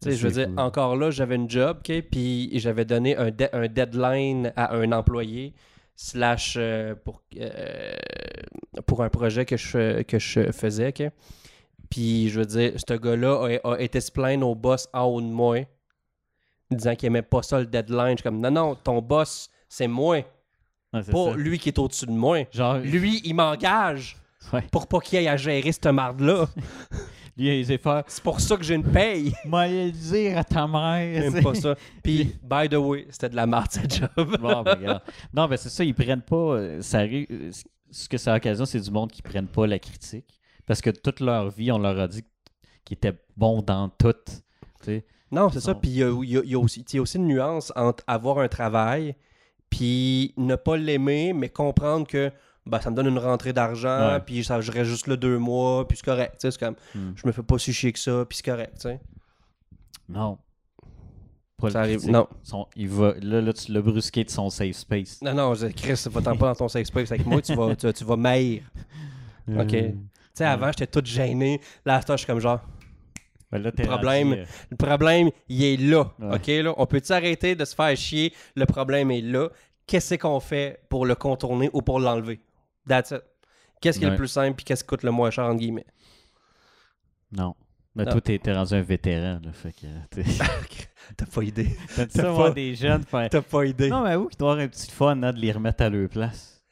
[SPEAKER 2] Tu sais, je veux
[SPEAKER 1] c'est
[SPEAKER 2] dire,
[SPEAKER 1] cool.
[SPEAKER 2] encore là, j'avais une job, OK, puis j'avais donné un, de- un deadline à un employé slash euh, pour, euh, pour un projet que je, que je faisais, OK. Puis, je veux dire, ce gars-là a, a été se plaindre au boss en haut de moi, disant qu'il aimait pas ça, le deadline. Je suis comme, non, non, ton boss, c'est moi,
[SPEAKER 1] Ouais, c'est
[SPEAKER 2] pas
[SPEAKER 1] ça.
[SPEAKER 2] lui qui est au-dessus de moi.
[SPEAKER 1] Genre, lui,
[SPEAKER 2] Lui, il m'engage
[SPEAKER 1] ouais.
[SPEAKER 2] pour pas qu'il aille à gérer cette marde-là.
[SPEAKER 1] lui, il s'est fait.
[SPEAKER 2] C'est pour ça que j'ai une paye.
[SPEAKER 1] Moi, aller le dire à ta mère.
[SPEAKER 2] J'aime
[SPEAKER 1] tu sais.
[SPEAKER 2] pas ça. Puis, by the way, c'était de la marde, cette job.
[SPEAKER 1] Bon, ben, regarde. non, ben c'est ça, ils prennent pas. euh, Ça arrive, euh, c- ce que ça occasionne, c'est du monde qui prennent pas la critique. Parce que toute leur vie, on leur a dit qu'ils étaient bons dans tout. tu sais.
[SPEAKER 2] Non, c'est ça.
[SPEAKER 1] Non.
[SPEAKER 2] Puis, il y a, il y a- il y a aussi, il y a aussi une nuance entre avoir un travail puis ne pas l'aimer, mais comprendre que ben, ça me donne une rentrée d'argent,
[SPEAKER 1] Ouais.
[SPEAKER 2] puis ça, je reste juste le deux mois, puis c'est correct. tu sais, C'est comme,
[SPEAKER 1] Hmm.
[SPEAKER 2] je me fais pas si chier que ça, puis c'est correct. tu sais.
[SPEAKER 1] Non. Pas
[SPEAKER 2] Ça
[SPEAKER 1] le
[SPEAKER 2] arrive.
[SPEAKER 1] critique.
[SPEAKER 2] Non.
[SPEAKER 1] Son- il va, là, là, tu l'as brusqué de son safe space.
[SPEAKER 2] Non, non, je- Chris, va-t'en pas dans ton safe space avec moi, tu vas, tu, vas- tu vas maïr. Ok.
[SPEAKER 1] Euh,
[SPEAKER 2] Tu sais, avant, j'étais tout gêné. Là, à ce temps, je suis comme genre,
[SPEAKER 1] ben là, t'es
[SPEAKER 2] Problème.
[SPEAKER 1] rendu, euh,
[SPEAKER 2] le problème, il est là.
[SPEAKER 1] Ouais.
[SPEAKER 2] OK, là, on peut-tu arrêter de se faire chier? Le problème est là. Qu'est-ce qu'on fait pour le contourner ou pour l'enlever? That's it. Qu'est-ce qui est
[SPEAKER 1] Ouais.
[SPEAKER 2] le plus simple puis qu'est-ce qui coûte le moins cher, entre guillemets?
[SPEAKER 1] non. Mais
[SPEAKER 2] Non.
[SPEAKER 1] toi, t'es t'es rendu un vétéran, là. Fait que. t'es-
[SPEAKER 2] T'as pas idée.
[SPEAKER 1] T'as
[SPEAKER 2] T'as
[SPEAKER 1] ça, voir
[SPEAKER 2] pas-
[SPEAKER 1] des jeunes faire.
[SPEAKER 2] T'as pas idée.
[SPEAKER 1] Non, mais avoue qu'il doit avoir un petit fun, hein, de les remettre à leur place.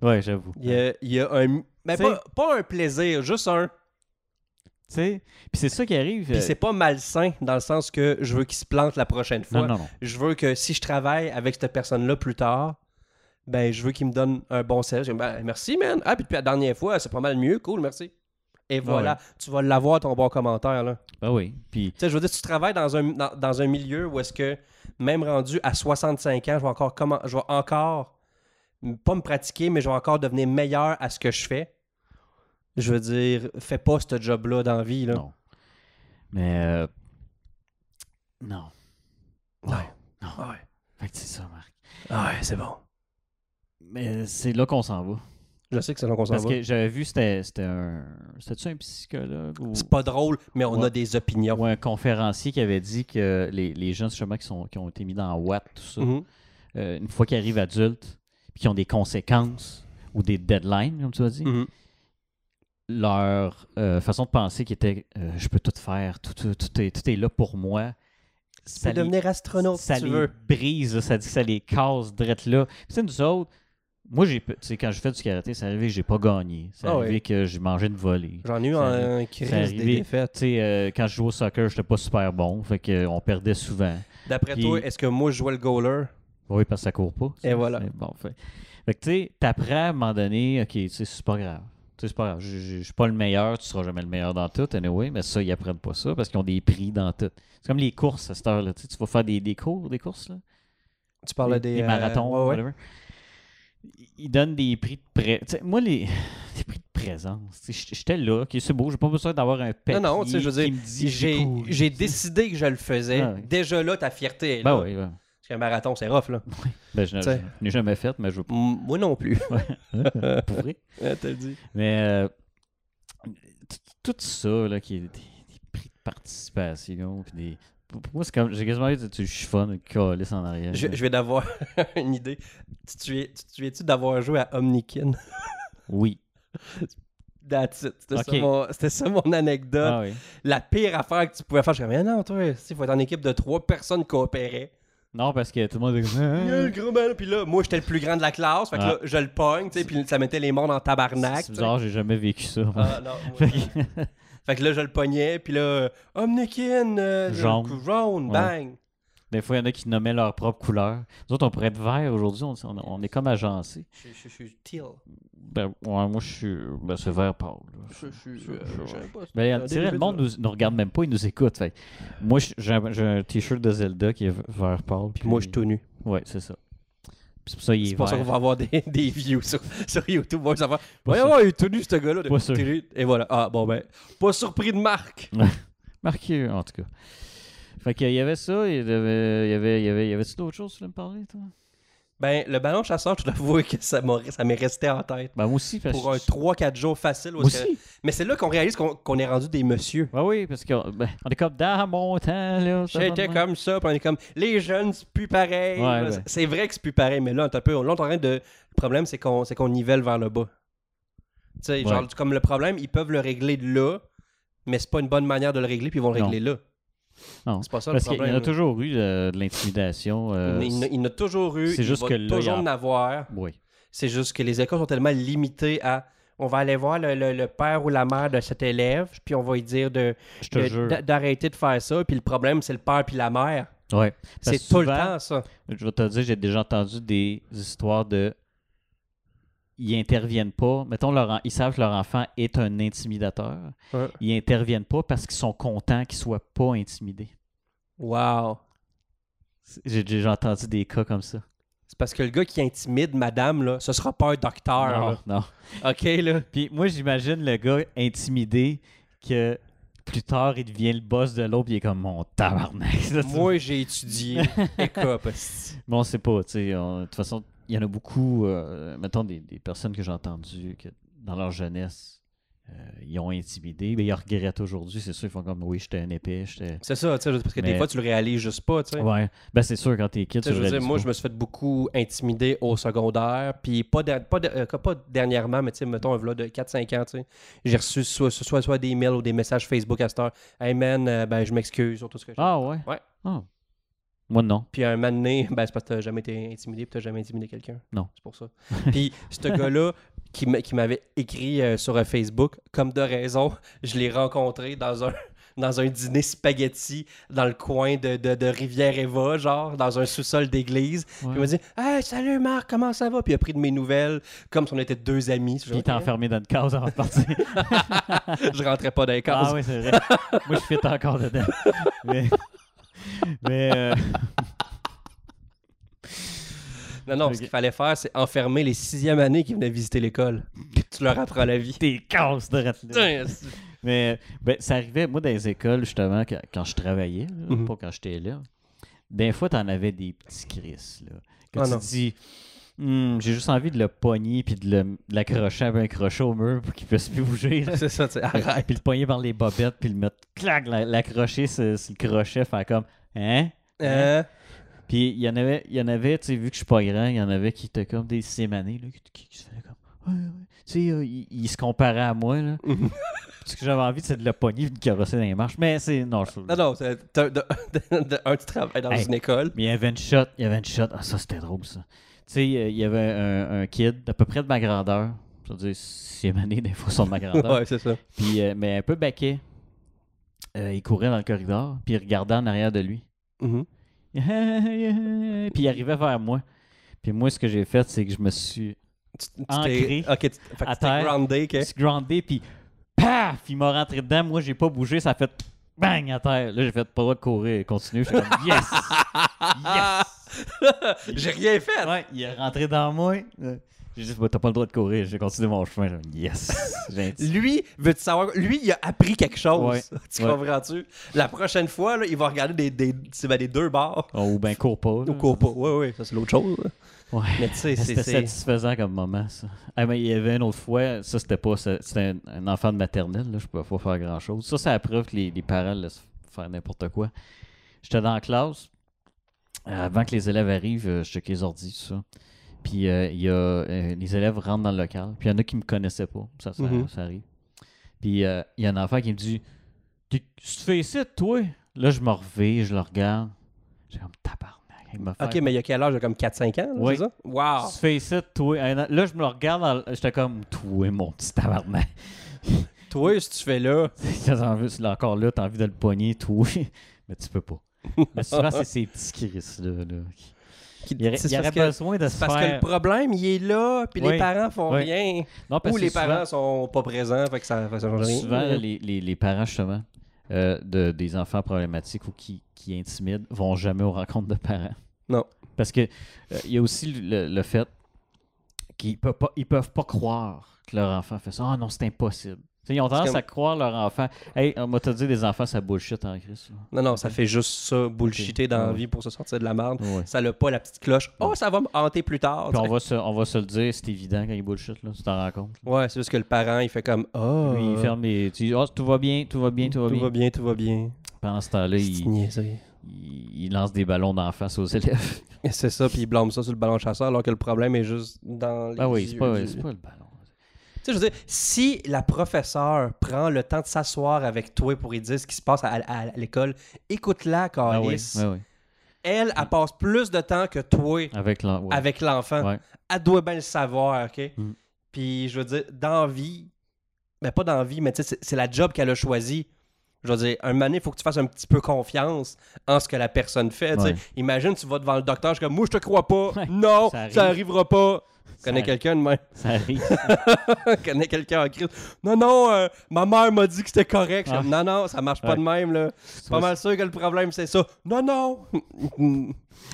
[SPEAKER 1] Ouais, j'avoue.
[SPEAKER 2] Il y a, il y a un... Mais
[SPEAKER 1] T'sais-
[SPEAKER 2] pas, pas un plaisir, juste un.
[SPEAKER 1] Tu sais, puis c'est ça qui arrive. euh,
[SPEAKER 2] Puis c'est pas malsain dans le sens que je veux qu'il se plante la prochaine fois.
[SPEAKER 1] Non, non, non.
[SPEAKER 2] Je veux que si je travaille avec cette personne-là plus tard, ben je veux qu'il me donne un bon service. Je dis, Ben, merci, man. Ah, puis depuis la dernière fois, c'est pas mal mieux. Cool, merci. Et voilà,
[SPEAKER 1] Ah ouais.
[SPEAKER 2] tu vas l'avoir ton bon commentaire. là.
[SPEAKER 1] Ben oui. Puis
[SPEAKER 2] Tu sais, je veux dire, tu travailles dans un, dans, dans un milieu où est-ce que, même rendu à 65 ans, je vais encore, comment, je vais encore m- pas me pratiquer, mais je vais encore devenir meilleur à ce que je fais. Je veux dire, fais pas ce job-là dans la vie. Là.
[SPEAKER 1] non. Mais euh, non.
[SPEAKER 2] Ouais.
[SPEAKER 1] Non.
[SPEAKER 2] Ah Ouais. Ah
[SPEAKER 1] Fait que c'est ça, Marc.
[SPEAKER 2] Ouais, c'est bon.
[SPEAKER 1] Mais euh, c'est là qu'on s'en va.
[SPEAKER 2] Je sais que c'est là qu'on s'en
[SPEAKER 1] Parce
[SPEAKER 2] va.
[SPEAKER 1] que j'avais vu, c'était c'était un. C'était-tu un psychologue ou,
[SPEAKER 2] C'est pas drôle, mais on
[SPEAKER 1] Ouais.
[SPEAKER 2] a des opinions.
[SPEAKER 1] ou un conférencier qui avait dit que les, les jeunes, justement, qui, sont, qui ont été mis dans Watt, tout ça,
[SPEAKER 2] Mhm.
[SPEAKER 1] euh, une fois qu'ils arrivent adultes, puis qui ont des conséquences ou des deadlines, comme tu as dit,
[SPEAKER 2] Mhm.
[SPEAKER 1] leur euh, façon de penser qui était euh, je peux tout faire, tout, tout, tout est, tout est là pour moi.
[SPEAKER 2] Tu
[SPEAKER 1] Ça
[SPEAKER 2] peux
[SPEAKER 1] les-
[SPEAKER 2] devenir astronaute
[SPEAKER 1] ça
[SPEAKER 2] si tu
[SPEAKER 1] les
[SPEAKER 2] veux.
[SPEAKER 1] brise, là, ça dit ça les casse drette là. Puis, tu sais, nous autres, moi, j'ai, tu sais, quand je fais du karaté, c'est arrivé que j'ai pas gagné. C'est
[SPEAKER 2] Ah ouais.
[SPEAKER 1] arrivé que j'ai mangé une volée.
[SPEAKER 2] J'en ai eu
[SPEAKER 1] Ça
[SPEAKER 2] un, un
[SPEAKER 1] ça
[SPEAKER 2] crise des
[SPEAKER 1] arrivé.
[SPEAKER 2] défaites.
[SPEAKER 1] Tu sais, euh, quand je jouais au soccer, j'étais pas super bon, fait que euh, on perdait souvent.
[SPEAKER 2] D'après
[SPEAKER 1] Puis-
[SPEAKER 2] toi, est-ce que moi je jouais le goaler?
[SPEAKER 1] Oui, parce que ça court pas.
[SPEAKER 2] Et voilà.
[SPEAKER 1] C'est Bon, fait. Fait que tu sais, t'apprends à un moment donné, ok, tu sais, c'est pas grave. Tu sais, c'est pas grave. Je, je- je suis pas le meilleur, tu seras jamais le meilleur dans tout, anyway, mais ça, ils apprennent pas ça parce qu'ils ont des prix dans tout. C'est comme les courses à cette heure-là. Tu sais, tu vas faire des, des cours, des courses, là.
[SPEAKER 2] Tu parlais
[SPEAKER 1] les,
[SPEAKER 2] des.
[SPEAKER 1] les
[SPEAKER 2] euh,
[SPEAKER 1] marathons,
[SPEAKER 2] ouais, ouais.
[SPEAKER 1] whatever. Ils- Ils donnent des prix de pré- tu sais, Moi, les, les prix de présence. tu sais, j- J'étais là, ok, c'est beau, j'ai pas besoin d'avoir un papier
[SPEAKER 2] Non, non, tu sais, je veux
[SPEAKER 1] qui
[SPEAKER 2] dire,
[SPEAKER 1] me dit
[SPEAKER 2] j'ai
[SPEAKER 1] couru,
[SPEAKER 2] j'ai
[SPEAKER 1] tu sais.
[SPEAKER 2] décidé que je le faisais.
[SPEAKER 1] Ah ouais.
[SPEAKER 2] Déjà là, ta fierté est là.
[SPEAKER 1] Ben oui, ben,
[SPEAKER 2] Parce qu'un marathon, c'est rough, là.
[SPEAKER 1] ben, je n'ai-
[SPEAKER 2] Tu sais.
[SPEAKER 1] je n'ai jamais fait, mais je veux
[SPEAKER 2] M- Moi non plus.
[SPEAKER 1] pas pourrir.
[SPEAKER 2] Ah, T'as dit.
[SPEAKER 1] Mais euh, t- tout ça, là, qui est des, des prix de participation, puis des. Pour pour moi, c'est comme. J'ai quasiment eu du chiffon, le calice en arrière.
[SPEAKER 2] Je,
[SPEAKER 1] là.
[SPEAKER 2] je vais d'avoir une idée. Tu tu es- tu- tu es-tu d'avoir joué à Omnikin?
[SPEAKER 1] Oui.
[SPEAKER 2] That's it. C'était
[SPEAKER 1] Ok.
[SPEAKER 2] ça, mon- c'était ça mon anecdote.
[SPEAKER 1] Ah oui.
[SPEAKER 2] La pire affaire que tu pouvais faire, je suis comme, Mais non, toi, il faut être en équipe de trois personnes coopéraient.
[SPEAKER 1] Non, parce que tout le monde est
[SPEAKER 2] Il y a le
[SPEAKER 1] comme.
[SPEAKER 2] gros ballon. Puis là, moi, j'étais le plus grand de la classe. Fait que
[SPEAKER 1] Ah.
[SPEAKER 2] là, je le pogne, tu sais, puis ça mettait les morts dans le
[SPEAKER 1] Ah,
[SPEAKER 2] tabarnak.
[SPEAKER 1] C'est bizarre, j'ai jamais vécu ça.
[SPEAKER 2] tu sais. Ah, non,
[SPEAKER 1] Fait
[SPEAKER 2] moi, non.
[SPEAKER 1] que-
[SPEAKER 2] fait que là, je le pognais, puis là, euh, Omnikin, euh,
[SPEAKER 1] Jaune.
[SPEAKER 2] coup- jaune,
[SPEAKER 1] Ouais.
[SPEAKER 2] bang.
[SPEAKER 1] Des fois, il y en a qui nommaient leur propre couleur. Nous autres, on pourrait être vert aujourd'hui, on, on- on est comme agencé.
[SPEAKER 2] Je je- je suis teal.
[SPEAKER 1] Ben, ouais, moi, je suis. Ben, c'est vert pâle. là.
[SPEAKER 2] Je suis.
[SPEAKER 1] je-
[SPEAKER 2] euh,
[SPEAKER 1] je-
[SPEAKER 2] je sais pas, c'est
[SPEAKER 1] Ben,
[SPEAKER 2] un
[SPEAKER 1] on dirait
[SPEAKER 2] dérivé
[SPEAKER 1] le monde
[SPEAKER 2] de-
[SPEAKER 1] nous, nous regarde même pas, ils nous écoutent. Fait. que Moi, j'ai j'ai un, j'ai un t-shirt de Zelda qui est v- vert pâle.
[SPEAKER 2] Puis moi, je suis tout nu.
[SPEAKER 1] Ouais, c'est ça. Puis C'est pour ça qu'il est
[SPEAKER 2] C'est pour ça qu'on
[SPEAKER 1] vert.
[SPEAKER 2] va avoir des, des views sur, sur YouTube. On va savoir.
[SPEAKER 1] Pas
[SPEAKER 2] Voyons,
[SPEAKER 1] sûr.
[SPEAKER 2] ouais, il est tout nu, ce gars-là. de-
[SPEAKER 1] Pas sûr.
[SPEAKER 2] Et voilà. Ah, bon, ben. Pas surpris de Marc.
[SPEAKER 1] Marqué, en tout cas. Fait qu'il y avait ça, il y avait, il y avait, il y avait, il y avait-tu d'autres choses que tu voulais me parler, toi?
[SPEAKER 2] Ben, le ballon chasseur, je dois avouer que ça m'a- ça m'est resté en tête.
[SPEAKER 1] Ben, moi aussi, parce
[SPEAKER 2] Pour euh, un
[SPEAKER 1] que...
[SPEAKER 2] 3-4 jours facile. où
[SPEAKER 1] Moi
[SPEAKER 2] est-ce que-
[SPEAKER 1] aussi?
[SPEAKER 2] Mais c'est là qu'on réalise qu'on qu'on est rendu des messieurs.
[SPEAKER 1] Ben oui, parce qu'on ben, on est comme dans mon temps, là. ça va
[SPEAKER 2] J'étais
[SPEAKER 1] de même.
[SPEAKER 2] comme ça, puis on est comme les jeunes, c'est plus pareil.
[SPEAKER 1] Ouais,
[SPEAKER 2] Là,
[SPEAKER 1] ouais.
[SPEAKER 2] c'est- C'est vrai que c'est plus pareil, mais là, on est un peu. Là, on est en train de. Le problème, c'est qu'on c'est qu'on nivelle vers le bas. Tu sais,
[SPEAKER 1] Ouais.
[SPEAKER 2] genre, comme le problème, ils peuvent le régler de là, mais c'est pas une bonne manière de le régler, puis ils vont le
[SPEAKER 1] Non.
[SPEAKER 2] régler là.
[SPEAKER 1] Non.
[SPEAKER 2] C'est pas ça
[SPEAKER 1] Parce
[SPEAKER 2] le
[SPEAKER 1] qu'il y
[SPEAKER 2] problème.
[SPEAKER 1] en a toujours eu euh, de l'intimidation. euh,
[SPEAKER 2] il, y en a- il y en a toujours eu.
[SPEAKER 1] c'est
[SPEAKER 2] il
[SPEAKER 1] juste
[SPEAKER 2] va
[SPEAKER 1] que là, il y
[SPEAKER 2] toujours
[SPEAKER 1] a-
[SPEAKER 2] en avoir.
[SPEAKER 1] Oui.
[SPEAKER 2] C'est juste que les écoles sont tellement limitées à. On va aller voir le, le- le père ou la mère de cet élève, puis on va lui dire de-
[SPEAKER 1] Je te
[SPEAKER 2] de-
[SPEAKER 1] jure.
[SPEAKER 2] d'a- d'arrêter de faire ça. Puis le problème, c'est le père puis la mère.
[SPEAKER 1] Ouais. Parce
[SPEAKER 2] C'est
[SPEAKER 1] que
[SPEAKER 2] tout le
[SPEAKER 1] souvent,
[SPEAKER 2] temps ça.
[SPEAKER 1] Je vais te dire, j'ai déjà entendu des histoires de. Ils interviennent pas. Mettons, leur en- ils savent que leur enfant est un intimidateur.
[SPEAKER 2] Ouais.
[SPEAKER 1] Ils interviennent pas parce qu'ils sont contents qu'ils soient pas intimidés.
[SPEAKER 2] Wow.
[SPEAKER 1] J'ai déjà entendu des cas comme ça.
[SPEAKER 2] C'est parce que le gars qui intimide madame, là, ce sera pas un docteur.
[SPEAKER 1] Non, non.
[SPEAKER 2] Ah, là. OK, là?
[SPEAKER 1] Puis moi, j'imagine le gars intimidé que plus tard, il devient le boss de l'autre, puis il est comme mon tabarnak. Ça, tu-
[SPEAKER 2] Moi, j'ai étudié écope. hostie.
[SPEAKER 1] Mais on sait pas, tu sais. on- De toute façon, il y en a beaucoup, euh, mettons, des, des personnes que j'ai entendues que dans leur jeunesse, euh, ils ont intimidé, mais ils regrettent aujourd'hui. C'est sûr, ils font comme oui, j'étais un épée, j'étais.
[SPEAKER 2] C'est ça, tu sais, parce que des
[SPEAKER 1] Mais-
[SPEAKER 2] fois, tu le réalises juste pas, tu sais.
[SPEAKER 1] Ouais. Ben, c'est sûr, quand t'es kid,
[SPEAKER 2] Tu sais,
[SPEAKER 1] tu
[SPEAKER 2] je veux dire,
[SPEAKER 1] réalises
[SPEAKER 2] moi,
[SPEAKER 1] pas.
[SPEAKER 2] je me suis fait beaucoup intimider au secondaire, puis pas, der- pas, der- euh, pas dernièrement, mais tu sais, mettons, un vlog de 4-5 ans, tu sais, j'ai reçu soit, soit, soit des emails ou des messages Facebook à cette heure. Hey man, euh, ben, je m'excuse sur tout ce que j'ai.
[SPEAKER 1] Ah ouais?
[SPEAKER 2] Ouais.
[SPEAKER 1] Ah. Moi, non.
[SPEAKER 2] Puis un moment donné, ben, c'est parce que t'as jamais été intimidé, puis t'as jamais intimidé quelqu'un.
[SPEAKER 1] Non.
[SPEAKER 2] C'est pour ça. puis ce gars-là qui m'a- qui m'avait écrit euh, sur euh, Facebook, comme de raison, je l'ai rencontré dans un dans un dîner spaghetti dans le coin de, de, de Rivière-Eva, genre, dans un sous-sol d'église. Puis il m'a
[SPEAKER 1] Ouais.
[SPEAKER 2] dit Hey, salut Marc, comment ça va Puis il a pris de mes nouvelles comme si on était deux amis.
[SPEAKER 1] Puis il
[SPEAKER 2] Je-
[SPEAKER 1] t'a enfermé dans une case avant de partir.
[SPEAKER 2] Je rentrais pas dans les cases.
[SPEAKER 1] Ah oui, c'est vrai. Moi, je fit encore dedans. Mais. mais euh,
[SPEAKER 2] Non, non, ce
[SPEAKER 1] Ok.
[SPEAKER 2] qu'il fallait faire, c'est enfermer les sixième années qui venaient visiter l'école. tu leur apprends la vie.
[SPEAKER 1] T'es casse de rater.
[SPEAKER 2] Putain, c'est-
[SPEAKER 1] Mais ben, ça arrivait, moi, dans les écoles, justement, quand, quand je travaillais, là,
[SPEAKER 2] Mhm.
[SPEAKER 1] pas quand j'étais là, des fois, t'en avais des petits cris. Là, que
[SPEAKER 2] Ah
[SPEAKER 1] tu
[SPEAKER 2] non.
[SPEAKER 1] dis, Hmm, j'ai juste envie de le pogner puis de le- de l'accrocher avec un crochet au mur pour qu'il puisse plus bouger. là.
[SPEAKER 2] c'est ça, tu sais, arrête.
[SPEAKER 1] Puis le pogner par les bobettes, puis le mettre, clac, la- l'accrocher sur, sur le crochet, faire comme, hein?
[SPEAKER 2] Hein?
[SPEAKER 1] Puis il y en avait, il y en avait, tu sais, vu que je suis pas grand, il y en avait qui étaient comme des sémanés, là, qui, qui- qui se faisaient comme, ouais, ouais. Tu sais, euh, ils ils se comparaient à moi, là. Ce que j'avais envie, c'est de le pogner et de le carrosser dans les marches. Mais c'est, non, je
[SPEAKER 2] Non, non, c'est- t'as- de, de- de- un, tu travailles dans
[SPEAKER 1] Hey.
[SPEAKER 2] une école.
[SPEAKER 1] Mais il y avait une shot, il y avait une shot. Ah, ça, c'était drôle, ça. Tu sais, euh, il y avait un, un kid d'à peu près de ma grandeur. Je veux dire, sémané, des fois, sont de ma grandeur.
[SPEAKER 2] Ouais, c'est ça.
[SPEAKER 1] Puis, euh, mais un peu baquet. Euh, il courait dans le corridor, puis il regardait en arrière de lui.
[SPEAKER 2] Mhm.
[SPEAKER 1] puis il arrivait vers moi. Puis moi, ce que j'ai fait, c'est que je me suis
[SPEAKER 2] Tu- tu
[SPEAKER 1] Ancré
[SPEAKER 2] t'es- Ok, tu fait que
[SPEAKER 1] à
[SPEAKER 2] tu t'es
[SPEAKER 1] terre.
[SPEAKER 2] groundé. ok.
[SPEAKER 1] suis groundé, puis paf, il m'a rentré dedans. Moi, j'ai pas bougé, ça a fait bang à terre. Là, j'ai fait pas le droit de courir, continue. J'étais comme yes! yes!
[SPEAKER 2] J'ai rien fait.
[SPEAKER 1] Ouais, il est rentré dans moi. Euh, J'ai dit, bah, t'as pas le droit de courir, j'ai continué mon chemin. J'ai dit, yes! J'ai un petit-
[SPEAKER 2] Lui, veux-tu savoir? Lui, il a appris quelque chose.
[SPEAKER 1] Ouais.
[SPEAKER 2] Tu
[SPEAKER 1] Ouais.
[SPEAKER 2] comprends-tu? La prochaine fois, là, il va regarder des, des, c'est- ben, des deux bars.
[SPEAKER 1] Oh, ou ben, cours pas. là.
[SPEAKER 2] Ou cours pas. Oui, oui, ça c'est l'autre chose. là.
[SPEAKER 1] Ouais.
[SPEAKER 2] Mais tu sais, c'est.
[SPEAKER 1] C'était
[SPEAKER 2] c'est-
[SPEAKER 1] satisfaisant comme moment, ça. Ah, mais il y avait une autre fois, ça c'était pas, ça- c'était un, un enfant de maternelle, là, je pouvais pas faire grand chose. Ça, c'est la preuve que les, les parents laissent faire n'importe quoi. J'étais dans la classe, euh, avant que les élèves arrivent, euh, je checkais les ordi, tout ça. Puis euh, il y a, euh, les élèves rentrent dans le local, puis il y en a qui me connaissaient pas, ça, ça,
[SPEAKER 2] Mhm.
[SPEAKER 1] ça arrive. Puis euh, il y a un enfant qui me dit Qu'est- Qu'est-ce que tu fais ici, toi Là, je me reviens, je le regarde. J'ai comme tabarnak. il m'a fait
[SPEAKER 2] Ok, mais il y a quel âge? Il a Comme 4-5 ans, là,
[SPEAKER 1] Oui.
[SPEAKER 2] c'est ça? Wow!
[SPEAKER 1] tu fais ça, toi. Hey, non. Là, je me le regarde, dans le- j'étais comme, toi, mon petit tabarnak.
[SPEAKER 2] Toi, si tu fais là,
[SPEAKER 1] T'as envie- c'est encore là, t'as envie de le pogner, toi. Mais tu peux pas. Mais souvent, c'est ces petits cris-là. Là.
[SPEAKER 2] qui-
[SPEAKER 1] Il y aurait,
[SPEAKER 2] c'est
[SPEAKER 1] il y aurait
[SPEAKER 2] parce, que,
[SPEAKER 1] besoin de se
[SPEAKER 2] c'est parce que le
[SPEAKER 1] faire.
[SPEAKER 2] problème, il est là, puis
[SPEAKER 1] Oui.
[SPEAKER 2] les parents font
[SPEAKER 1] Oui.
[SPEAKER 2] rien.
[SPEAKER 1] Non, parce
[SPEAKER 2] Ou
[SPEAKER 1] que
[SPEAKER 2] les
[SPEAKER 1] souvent-
[SPEAKER 2] parents sont pas présents, fait que ça, ça change rien.
[SPEAKER 1] Souvent, les, les- les parents, justement, euh, de, des enfants problématiques ou qui, qui intimident, vont jamais aux rencontres de parents.
[SPEAKER 2] Non.
[SPEAKER 1] Parce que euh, il y a aussi le, le fait qu'ils peuvent pas, ils peuvent pas croire que leur enfant fait ça. Ah non, c'est impossible. Tu sais, ils ont tendance
[SPEAKER 2] comme-
[SPEAKER 1] à croire leur enfant. Hey, on m'a te dit des enfants, ça bullshit en Christ. là.
[SPEAKER 2] Non, non, ça fait juste ça, bullshiter
[SPEAKER 1] Ok.
[SPEAKER 2] dans la
[SPEAKER 1] Ouais.
[SPEAKER 2] vie pour se sortir de la merde.
[SPEAKER 1] Ouais.
[SPEAKER 2] Ça l'a pas la petite cloche. Oh, ça va me hanter plus tard.
[SPEAKER 1] Puis on va, se, on va se le dire, c'est évident quand ils bullshit, là, tu t'en rends compte.
[SPEAKER 2] Ouais, c'est juste que le parent, il fait comme Oh,
[SPEAKER 1] Lui, il ferme les. Tu dis, Ah, tout va bien, tout va bien, tout va
[SPEAKER 2] tout
[SPEAKER 1] bien.
[SPEAKER 2] va bien, tout va bien.
[SPEAKER 1] Pendant ce temps-là,
[SPEAKER 2] C'est
[SPEAKER 1] il,
[SPEAKER 2] niaiseux.
[SPEAKER 1] il- il lance des ballons d'en face aux élèves.
[SPEAKER 2] Et C'est ça, puis il blâme ça sur le ballon chasseur, alors que le problème est juste dans les
[SPEAKER 1] Ah oui, c'est
[SPEAKER 2] yeux
[SPEAKER 1] pas,
[SPEAKER 2] du-
[SPEAKER 1] c'est pas le ballon.
[SPEAKER 2] Tu sais, je veux dire, si la professeure prend le temps de s'asseoir avec toi pour y dire ce qui se passe à, à- à l'école, écoute-la,
[SPEAKER 1] Ah oui,
[SPEAKER 2] Calice.
[SPEAKER 1] oui, oui.
[SPEAKER 2] Elle, elle passe plus de temps que toi
[SPEAKER 1] Avec l'en- ouais.
[SPEAKER 2] avec l'enfant.
[SPEAKER 1] Ouais.
[SPEAKER 2] Elle doit bien le savoir, OK?
[SPEAKER 1] Mm.
[SPEAKER 2] Puis, je veux dire, dans la vie, mais pas dans la vie, mais tu sais, c'est- c'est la job qu'elle a choisie. Je veux dire, un mané, il faut que tu fasses un petit peu confiance en ce que la personne fait. tu sais.
[SPEAKER 1] Ouais.
[SPEAKER 2] Imagine, tu vas devant le docteur, je suis comme, moi, je te crois pas. non,
[SPEAKER 1] ça
[SPEAKER 2] ça,
[SPEAKER 1] arrive.
[SPEAKER 2] arrivera pas. Je
[SPEAKER 1] Ça
[SPEAKER 2] connais
[SPEAKER 1] arrive.
[SPEAKER 2] quelqu'un de même.
[SPEAKER 1] Ça arrive.
[SPEAKER 2] Je connais quelqu'un en crise. Non, non, euh, ma mère m'a dit que c'était correct. Je suis comme, Non, non, ça marche pas
[SPEAKER 1] Ah. Ouais.
[SPEAKER 2] de même. là.
[SPEAKER 1] Tu
[SPEAKER 2] Pas
[SPEAKER 1] vois,
[SPEAKER 2] mal sûr que le problème, c'est ça. Non, non.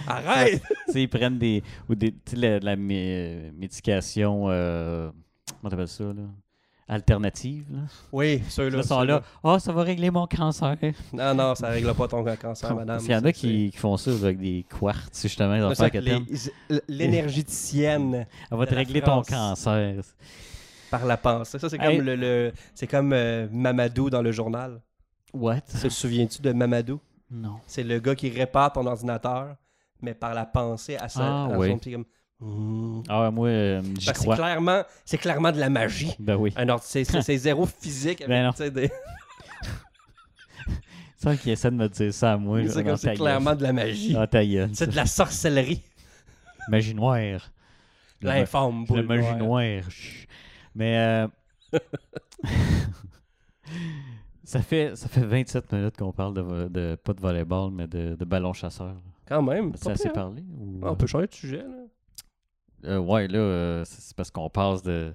[SPEAKER 2] Arrête.
[SPEAKER 1] Tu sais, ils prennent des. Ou des tu sais, la, la mé- médication. euh, comment t'appelles ça, là Alternative, là.
[SPEAKER 2] Oui,
[SPEAKER 1] Ils
[SPEAKER 2] ceux-là.
[SPEAKER 1] sont là. Ah, ça va régler mon cancer.
[SPEAKER 2] Non, non, ça règle pas ton cancer, madame.
[SPEAKER 1] Parce qu'il y en
[SPEAKER 2] Ça,
[SPEAKER 1] a qui, qui font ça avec des quartz, justement, des
[SPEAKER 2] c'est-
[SPEAKER 1] affaires
[SPEAKER 2] ça,
[SPEAKER 1] que
[SPEAKER 2] les-
[SPEAKER 1] t'aimes.
[SPEAKER 2] L'énergéticienne
[SPEAKER 1] Elle va
[SPEAKER 2] de
[SPEAKER 1] te
[SPEAKER 2] la
[SPEAKER 1] régler
[SPEAKER 2] France.
[SPEAKER 1] ton cancer.
[SPEAKER 2] par la pensée. Ça, c'est comme,
[SPEAKER 1] Hey.
[SPEAKER 2] le, le- c'est comme euh, Mamadou dans le journal.
[SPEAKER 1] What?
[SPEAKER 2] Te souviens-tu de Mamadou?
[SPEAKER 1] Non.
[SPEAKER 2] C'est le gars qui répare ton ordinateur, mais par la pensée à, sa,
[SPEAKER 1] Ah,
[SPEAKER 2] à
[SPEAKER 1] oui.
[SPEAKER 2] son petit comme... Hmm.
[SPEAKER 1] Ah, moi, euh, j'y
[SPEAKER 2] Ben, c'est,
[SPEAKER 1] crois.
[SPEAKER 2] clairement, c'est clairement de la magie.
[SPEAKER 1] Ben oui.
[SPEAKER 2] Un ordi- c'est, c'est- c'est zéro physique. Avec,
[SPEAKER 1] Ben non.
[SPEAKER 2] tu sais, des-
[SPEAKER 1] C'est ça qui essaie de me dire ça à moi.
[SPEAKER 2] c'est, comme, c'est clairement de la magie.
[SPEAKER 1] Ah, ta gueule,
[SPEAKER 2] c'est
[SPEAKER 1] ça.
[SPEAKER 2] de la sorcellerie.
[SPEAKER 1] Magie noire.
[SPEAKER 2] De L'informe.
[SPEAKER 1] Le
[SPEAKER 2] boule
[SPEAKER 1] magie
[SPEAKER 2] noire.
[SPEAKER 1] noire. Chut. Mais euh, ça, fait, ça fait 27 minutes qu'on parle de, vo- de- pas de volleyball, mais de, de ballon chasseur.
[SPEAKER 2] Quand même.
[SPEAKER 1] Tu
[SPEAKER 2] pas
[SPEAKER 1] assez
[SPEAKER 2] pire.
[SPEAKER 1] parlé? Ou...
[SPEAKER 2] Ah, On peut changer de sujet. Là.
[SPEAKER 1] Euh, ouais, là, euh, c'est c'est parce qu'on passe de.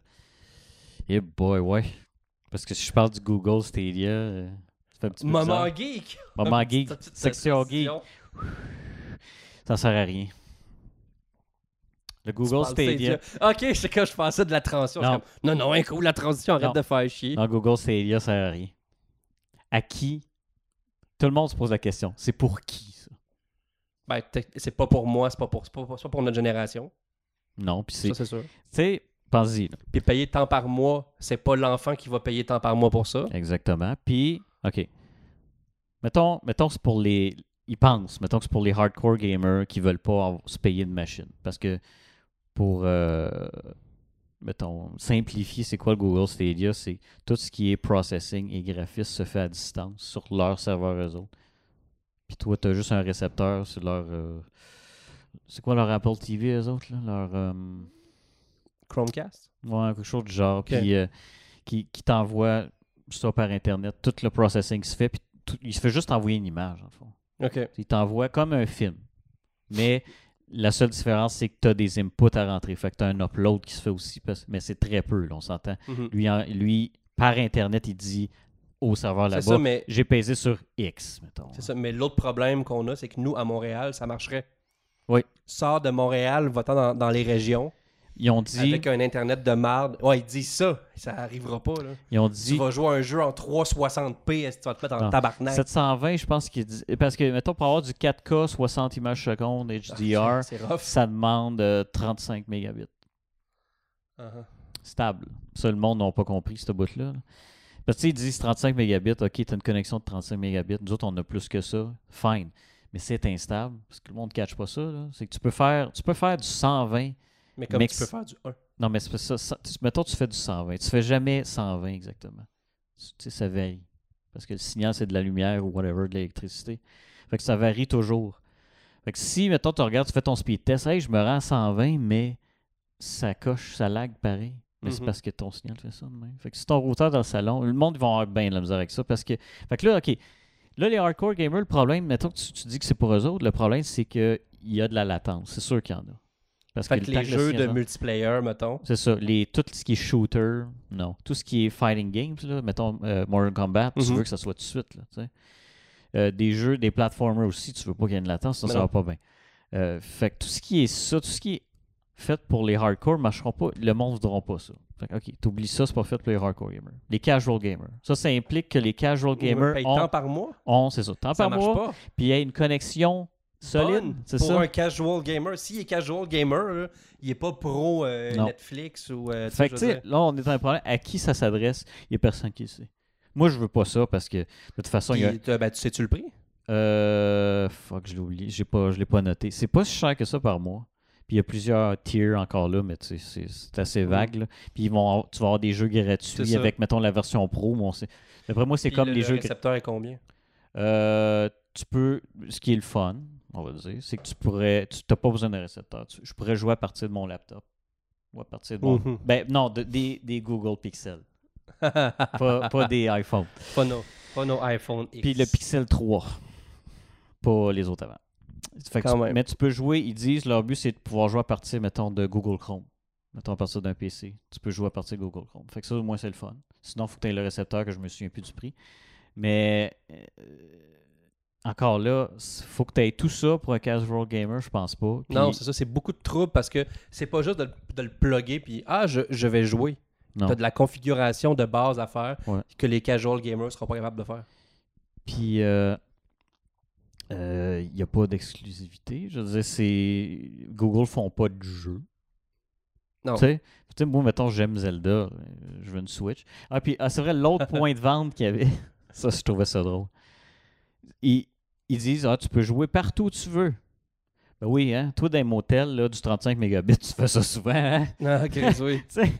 [SPEAKER 1] Eh boy, ouais. Parce que si je parle du Google Stadia, euh, ça fait un petit peu
[SPEAKER 2] Maman
[SPEAKER 1] bizarre.
[SPEAKER 2] geek.
[SPEAKER 1] Maman geek,
[SPEAKER 2] Ta petite
[SPEAKER 1] section geek,
[SPEAKER 2] section.
[SPEAKER 1] ça sert à rien. Le Google
[SPEAKER 2] Tu parles
[SPEAKER 1] Stadia.
[SPEAKER 2] Stadia. Ok, c'est quand je pensais de la transition.
[SPEAKER 1] Non.
[SPEAKER 2] C'est comme, Non, non, un coup, la transition, arrête
[SPEAKER 1] Non.
[SPEAKER 2] de faire chier.
[SPEAKER 1] Non, Google Stadia ça sert à rien. À qui Tout le monde se pose la question. C'est pour qui ça
[SPEAKER 2] Ben, t'es- c'est pas pour moi, c'est pas pour, c'est pas, c'est pas pour notre génération.
[SPEAKER 1] Non, puis c'est.
[SPEAKER 2] Ça,
[SPEAKER 1] Tu
[SPEAKER 2] c'est sûr.
[SPEAKER 1] sais, pense-y. là.
[SPEAKER 2] Puis payer tant par mois, c'est pas l'enfant qui va payer tant par mois pour ça.
[SPEAKER 1] Exactement. Puis, OK. Mettons, mettons que c'est pour les. Ils pensent, mettons que c'est pour les hardcore gamers qui veulent pas avoir- se payer une machine. Parce que pour. euh, mettons, simplifier, c'est quoi le Google Stadia C'est tout ce qui est processing et graphisme se fait à distance sur leur serveur réseau. Puis toi, tu as juste un récepteur sur leur. euh, c'est quoi leur Apple TV, eux autres là? Leur. euh,
[SPEAKER 2] Chromecast.
[SPEAKER 1] Ouais, quelque chose du genre. Puis, euh, qui, qui t'envoie ça par Internet, tout le processing qui se fait, puis tout- il se fait juste envoyer une image, en fond.
[SPEAKER 2] Ok.
[SPEAKER 1] Il t'envoie comme un film. Mais la seule différence, c'est que tu as des inputs à rentrer. Fait que tu as un upload qui se fait aussi, parce- mais c'est très peu, là, on s'entend.
[SPEAKER 2] Mhm.
[SPEAKER 1] Lui, en- lui, par Internet, il dit au serveur
[SPEAKER 2] C'est ça,
[SPEAKER 1] là-bas,
[SPEAKER 2] mais.
[SPEAKER 1] j'ai pesé sur X, mettons.
[SPEAKER 2] C'est ça, mais l'autre problème qu'on a, c'est que nous, à Montréal, ça marcherait.
[SPEAKER 1] Oui.
[SPEAKER 2] Sors de Montréal, va-t'en dans, dans les régions,
[SPEAKER 1] Ils ont dit,
[SPEAKER 2] avec un Internet de marde. Ouais, ils disent ça, ça arrivera pas, là.
[SPEAKER 1] ils ont
[SPEAKER 2] Tu
[SPEAKER 1] dit
[SPEAKER 2] vas jouer à un jeu en 360p, est-ce que tu vas te mettre en
[SPEAKER 1] Non.
[SPEAKER 2] tabarnak?
[SPEAKER 1] 720, je pense qu'il dit. Parce que, mettons, pour avoir du 4K, 60 images secondes, HDR,
[SPEAKER 2] Ah, C'est rough.
[SPEAKER 1] ça demande euh, 35 mégabits.
[SPEAKER 2] Uh-huh.
[SPEAKER 1] Stable. Ça, le monde n'a pas compris, ce bout-là. là. Parce qu'ils disent 35 mégabits, OK, t'as une connexion de 35 mégabits. Nous autres, on a plus que ça. Fine. Mais c'est instable. Parce que le monde ne catch pas ça. là. C'est que tu peux faire tu peux faire du 120.
[SPEAKER 2] Mais comme
[SPEAKER 1] Mais
[SPEAKER 2] tu
[SPEAKER 1] que
[SPEAKER 2] peux
[SPEAKER 1] c'est-
[SPEAKER 2] faire du 1.
[SPEAKER 1] Non, mais c'est pas ça. ça- tu- mettons, tu fais du 120. Tu fais jamais 120 exactement. Tu tu sais, ça varie. Parce que le signal, c'est de la lumière ou whatever, de l'électricité. Fait que ça varie toujours. Fait que si, mettons, tu regardes, tu fais ton speed test, hey, je me rends à 120, mais ça coche, ça lag pareil. Mais c'est
[SPEAKER 2] Mhm.
[SPEAKER 1] parce que ton signal fait ça de même. Fait que si ton routeur dans le salon, le monde, ils vont avoir bien de la misère avec ça. Parce que. Fait que là, OK. Là, les hardcore gamers, le problème, mettons que tu, tu dis que c'est pour eux autres, le problème, c'est qu'il y a de la latence. C'est sûr qu'il y en a. Parce
[SPEAKER 2] Fait
[SPEAKER 1] le
[SPEAKER 2] que
[SPEAKER 1] temps
[SPEAKER 2] les
[SPEAKER 1] que le
[SPEAKER 2] jeux de
[SPEAKER 1] signal-
[SPEAKER 2] multiplayer, mettons.
[SPEAKER 1] c'est ça. Les, tout ce qui est shooter, non. Tout ce qui est fighting games, là, mettons euh, Modern Combat, tu
[SPEAKER 2] Mhm.
[SPEAKER 1] veux que ça soit tout de suite. Là, tu sais. Euh, des jeux, des platformers aussi, tu veux pas qu'il y ait une latence, sinon
[SPEAKER 2] Mais
[SPEAKER 1] ça
[SPEAKER 2] Ben non.
[SPEAKER 1] va pas bien. Euh, fait que tout ce qui est ça, tout ce qui est fait pour les hardcore marchera pas. Le monde voudra pas ça. Fait que, ok, t'oublies ça, c'est pas fait pour les hardcore gamers. Les casual gamers. Ça, ça implique que les casual gamers
[SPEAKER 2] paye
[SPEAKER 1] ont,
[SPEAKER 2] ben, tant par mois.
[SPEAKER 1] ont- c'est ça, tant
[SPEAKER 2] ça
[SPEAKER 1] par
[SPEAKER 2] marche
[SPEAKER 1] mois,
[SPEAKER 2] pas.
[SPEAKER 1] puis il y a une connexion solide.
[SPEAKER 2] Bonne
[SPEAKER 1] C'est
[SPEAKER 2] pour
[SPEAKER 1] ça.
[SPEAKER 2] un casual gamer. S'il est casual gamer, là, il est pas pro euh,
[SPEAKER 1] Non.
[SPEAKER 2] Netflix ou. euh, tu sais,
[SPEAKER 1] Fait que,
[SPEAKER 2] je
[SPEAKER 1] tu
[SPEAKER 2] veux
[SPEAKER 1] sais,
[SPEAKER 2] dire.
[SPEAKER 1] là, on est dans un problème. À qui ça s'adresse Il n'y a personne qui le sait. Moi, je veux pas ça parce que, de toute façon, il y a.
[SPEAKER 2] Puis, t'as- ben, tu sais-tu le prix?
[SPEAKER 1] Euh, fuck, je l'ai oublié. J'ai pas, je l'ai pas noté. C'est pas si cher que ça par mois. Puis il y a plusieurs tiers encore là, mais tu sais, c'est- c'est assez vague. là. Puis ils vont avoir- tu vas avoir des jeux
[SPEAKER 2] C'est
[SPEAKER 1] gratuits
[SPEAKER 2] ça.
[SPEAKER 1] avec, mettons, la version pro. mais on sait- D'après moi, c'est
[SPEAKER 2] Puis
[SPEAKER 1] comme
[SPEAKER 2] le-
[SPEAKER 1] les
[SPEAKER 2] le
[SPEAKER 1] jeux. gra-
[SPEAKER 2] récepteur est combien?
[SPEAKER 1] Euh, tu peux. Ce qui est le fun, on va dire, c'est que tu pourrais. Tu n'as pas besoin d'un récepteur. Tu- je pourrais jouer à partir de mon laptop. Ou à partir de mon.
[SPEAKER 2] Mhm.
[SPEAKER 1] Ben non, de- des, des Google Pixel. pas, pas des iPhones.
[SPEAKER 2] Pas non. Pas nos iPhone X.
[SPEAKER 1] Puis le Pixel 3. Pas les autres avant. Fait que
[SPEAKER 2] Quand
[SPEAKER 1] tu-
[SPEAKER 2] même.
[SPEAKER 1] mais tu peux jouer, ils disent, leur but c'est de pouvoir jouer à partir, mettons, de Google Chrome. Mettons à partir d'un PC. Tu peux jouer à partir de Google Chrome. Fait que ça, au moins, c'est le fun. Sinon, il faut que tu aies le récepteur que je me souviens plus du prix. Mais euh, encore là, il faut que tu aies tout ça pour un casual gamer, je pense pas. Puis-
[SPEAKER 2] Non, c'est ça, c'est beaucoup de troubles parce que c'est pas juste de, le- de le plugger puis ah, je, je vais jouer.
[SPEAKER 1] Non.
[SPEAKER 2] T'as de la configuration de base à faire
[SPEAKER 1] Ouais.
[SPEAKER 2] que les casual gamers seront pas capables de faire.
[SPEAKER 1] Puis, il n'y a pas d'exclusivité. Je veux dire, c'est. Google font pas de jeu.
[SPEAKER 2] Non.
[SPEAKER 1] Tu sais, Tu sais, moi, mettons, j'aime Zelda. euh, Je veux une Switch. Ah, puis, ah, c'est vrai, l'autre point de vente qu'il y avait, ça, je trouvais ça drôle. Ils, ils disent, ah, tu peux jouer partout où tu veux. Ben oui, hein. Toi, dans les motels, là, du 35 mégabits, tu fais ça souvent, hein.
[SPEAKER 2] Ah, Chris, oui.
[SPEAKER 1] Tu sais.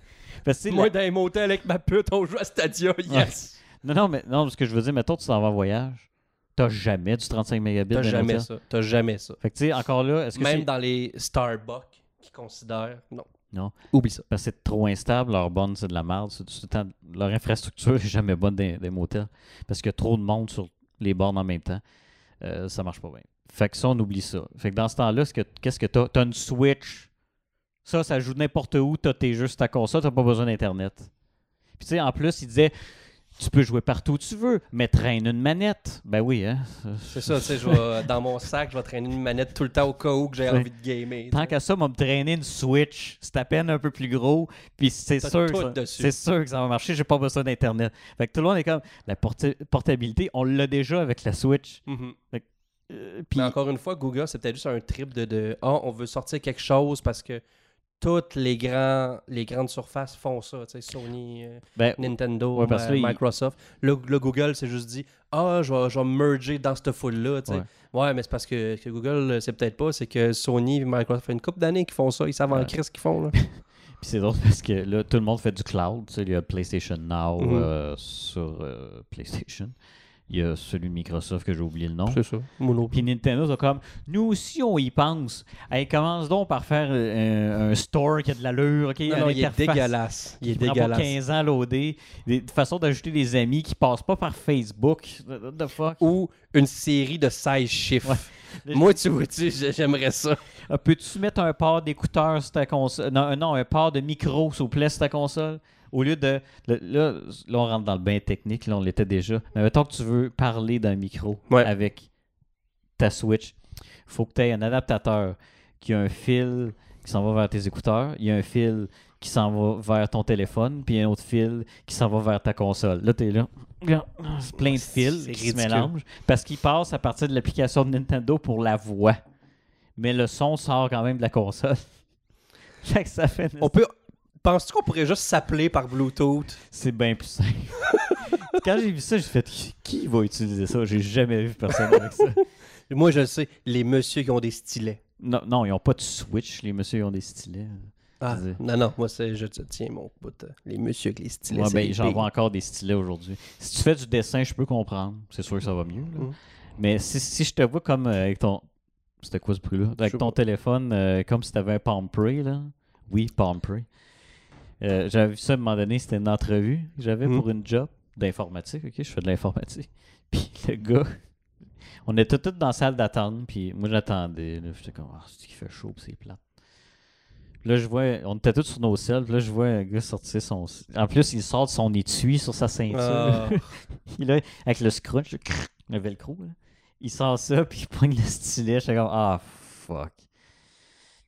[SPEAKER 1] Parce que, tu sais,
[SPEAKER 2] Moi, dans les motels avec ma pute, on joue à Stadia, yes!
[SPEAKER 1] la- Non, non, mais non, ce que je veux dire, mettons, tu t'en vas en voyage. T'as jamais du 35 mégabits.
[SPEAKER 2] T'as
[SPEAKER 1] dans les
[SPEAKER 2] jamais
[SPEAKER 1] motels.
[SPEAKER 2] ça. T'as jamais ça.
[SPEAKER 1] Fait que, tu sais, encore là, est-ce que c'est-
[SPEAKER 2] Même dans les Starbucks qui considèrent. Non.
[SPEAKER 1] Non.
[SPEAKER 2] Oublie ça.
[SPEAKER 1] Parce que c'est trop instable, leur bonne, c'est de la merde. c'est tout le temps- leur infrastructure est jamais bonne des, des motels. Parce qu'il y a trop de monde sur les bornes en même temps. Euh, ça marche pas bien. Fait que ça, on oublie ça. Fait que dans ce temps-là, ce que- qu'est-ce que t'as? T'as une Switch. Ça, ça joue n'importe où. T'as tes jeux sur ta console. T'as pas besoin d'Internet. Puis tu sais, en plus, il disait, tu peux jouer partout où tu veux, mais traîne une manette. Ben oui, hein.
[SPEAKER 2] C'est ça, tu sais, je vais- euh, dans mon sac, je vais traîner une manette tout le temps au cas où que j'ai
[SPEAKER 1] Oui.
[SPEAKER 2] envie de gamer.
[SPEAKER 1] Tant
[SPEAKER 2] tu sais.
[SPEAKER 1] qu'à ça, m'a me traîner une Switch. C'est à peine un peu plus gros. Puis c'est
[SPEAKER 2] T'as
[SPEAKER 1] sûr,
[SPEAKER 2] tout
[SPEAKER 1] que ça-
[SPEAKER 2] dessus.
[SPEAKER 1] c'est sûr que ça va marcher. J'ai pas besoin d'Internet. Fait que tout le monde est comme la porti- portabilité, on l'a déjà avec la Switch.
[SPEAKER 2] Mhm.
[SPEAKER 1] Euh,
[SPEAKER 2] Puis
[SPEAKER 1] puis
[SPEAKER 2] encore une fois, Google, c'est peut-être juste un trip de, de Ah, on veut sortir quelque chose parce que toutes les, grands, les grandes surfaces font ça. Tu sais, Sony, euh,
[SPEAKER 1] ben,
[SPEAKER 2] Nintendo,
[SPEAKER 1] Ouais, parce que
[SPEAKER 2] euh,
[SPEAKER 1] là, il-
[SPEAKER 2] Microsoft. Le, le Google, c'est juste dit Ah, je vais, je vais me merger dans cette foule-là. tu sais.
[SPEAKER 1] Ouais.
[SPEAKER 2] Ouais. mais c'est parce que, que Google, euh, c'est peut-être pas. C'est que Sony et Microsoft, fait une couple d'années qu'ils font ça. Ils savent en
[SPEAKER 1] Ouais.
[SPEAKER 2] crise ce qu'ils font. Là.
[SPEAKER 1] puis c'est drôle parce que là, tout le monde fait du cloud. Tu sais, il y a PlayStation Now
[SPEAKER 2] Mhm.
[SPEAKER 1] euh, sur euh, PlayStation. Il y a celui de Microsoft que j'ai oublié le nom.
[SPEAKER 2] C'est ça. Mono.
[SPEAKER 1] Puis Nintendo, c'est comme, nous aussi, on y pense. Hey, commence donc par faire euh, un, un store qui a de l'allure. ok
[SPEAKER 2] Non,
[SPEAKER 1] à
[SPEAKER 2] non, il est
[SPEAKER 1] l'interface.
[SPEAKER 2] dégueulasse. Il est
[SPEAKER 1] prend pas
[SPEAKER 2] dégueulasse.
[SPEAKER 1] 15 ans loadé, des des façons d'ajouter des amis qui passent pas par Facebook. What the fuck?
[SPEAKER 2] Ou une série de 16 chiffres.
[SPEAKER 1] Ouais.
[SPEAKER 2] Moi, tu vois-tu, j'aimerais ça.
[SPEAKER 1] Ah, Peux-tu mettre un port d'écouteurs sur ta console? Non, euh, non, un port de micro, s'il vous plaît, sur ta console. Au lieu de. le- Là, là, on rentre dans le bain technique, là, on l'était déjà. Mais mettons que tu veux parler d'un micro
[SPEAKER 2] Ouais.
[SPEAKER 1] avec ta Switch, faut que tu aies un adaptateur qui a un fil qui s'en va vers tes écouteurs, il y a un fil qui s'en va vers ton téléphone, puis un autre fil qui s'en va vers ta console. Là, tu es là. C'est plein de fils
[SPEAKER 2] C'est
[SPEAKER 1] qui se
[SPEAKER 2] ridicule.
[SPEAKER 1] mélangent parce qu'ils passent à partir de l'application de Nintendo pour la voix. Mais le son sort quand même de la console. Fait que ça fait. une-
[SPEAKER 2] On peut. Penses-tu qu'on pourrait juste s'appeler par Bluetooth?
[SPEAKER 1] C'est bien plus simple. quand j'ai vu ça, j'ai fait qui va utiliser ça J'ai jamais vu personne avec ça.
[SPEAKER 2] Moi, je le sais, les messieurs qui ont des stylets.
[SPEAKER 1] Non, non, ils n'ont pas de Switch. Les messieurs ils ont des stylets.
[SPEAKER 2] Ah,
[SPEAKER 1] Vas-y.
[SPEAKER 2] non, non, moi, c'est, je te tiens mon bout. euh, Les messieurs avec les stylets.
[SPEAKER 1] Ouais,
[SPEAKER 2] c'est
[SPEAKER 1] ben,
[SPEAKER 2] les
[SPEAKER 1] j'en
[SPEAKER 2] pires.
[SPEAKER 1] vois encore des stylets aujourd'hui. Si tu fais du dessin, je peux comprendre. C'est sûr que ça va mieux. là.
[SPEAKER 2] Mm.
[SPEAKER 1] Mais si, si je te vois comme euh, avec ton. C'était quoi ce bruit-là
[SPEAKER 2] Je sais
[SPEAKER 1] Avec ton téléphone, euh, comme si tu avais un Palm Pre, là. Oui, Palm Pre. Euh, j'avais vu ça à un moment donné, c'était une entrevue que j'avais
[SPEAKER 2] Mm.
[SPEAKER 1] pour une job d'informatique. Ok, je fais de l'informatique. Puis le gars, on était tous dans la salle d'attente. Puis moi, j'attendais. là. J'étais comme, ah, c'est qu'il fait chaud, puis c'est plat. Puis là, je vois, on était tous sur nos selles, puis là, je vois un gars sortir son. En plus, il sort de son étui sur sa ceinture.
[SPEAKER 2] Ah.
[SPEAKER 1] il a, avec le scrunch, le, crrr, le velcro, là. il sort ça, puis il pogne le stylet. Je suis comme, ah, fuck.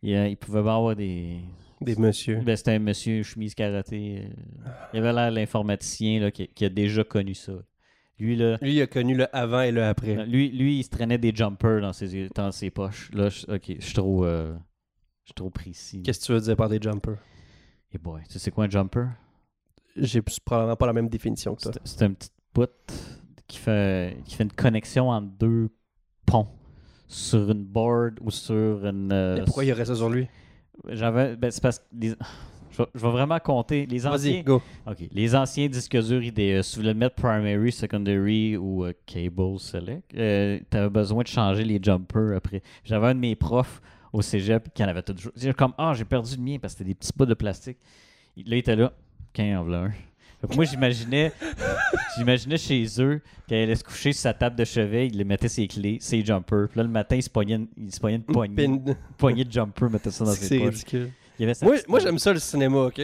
[SPEAKER 1] Il, euh, il pouvait pas avoir des.
[SPEAKER 2] Des messieurs.
[SPEAKER 1] Ben, c'était un monsieur chemise karaté. euh, Il avait l'air de l'informaticien là, qui, qui a déjà connu ça. Lui, là,
[SPEAKER 2] Lui, il a connu le avant et le après.
[SPEAKER 1] lui, lui, il se traînait des jumpers dans ses, dans ses poches. Là, je, ok, je suis trop, euh, je suis trop précis.
[SPEAKER 2] Qu'est-ce que tu veux dire par des jumpers?
[SPEAKER 1] Et boy, tu sais quoi un jumper?
[SPEAKER 2] J'ai plus- probablement pas la même définition que toi.
[SPEAKER 1] C'est c'est une petite poutre qui fait, qui fait une connexion entre deux ponts sur une board ou sur une. euh,
[SPEAKER 2] Mais pourquoi il y aurait ça sur lui?
[SPEAKER 1] J'avais. ben, c'est parce que. les- Je, vais- je vais vraiment compter. Les anciens,
[SPEAKER 2] Vas-y, go.
[SPEAKER 1] OK. Les anciens disques durs IDE, si vous voulez mettre primary, secondary ou euh, cable select, tu avais besoin de changer les jumpers après. J'avais un de mes profs au cégep qui en avait toujours. J'étais comme, ah, j'ai perdu le mien parce que c'était des petits bouts de plastique. Il- Là, il était là, quand il en voulait un. Fait Moi, j'imaginais j'imaginais chez eux qu'elle allait se coucher sur sa table de chevet, il lui mettait ses clés, ses jumpers. Puis là, le matin, il se pognait une, il se pognait une poignée, une
[SPEAKER 2] Pin-
[SPEAKER 1] poignée de jumpers, mettait ça dans
[SPEAKER 2] C'est
[SPEAKER 1] ses poches.
[SPEAKER 2] ridicule.
[SPEAKER 1] Il y avait sa
[SPEAKER 2] Moi,
[SPEAKER 1] petite-
[SPEAKER 2] moi, j'aime ça le cinéma, ok?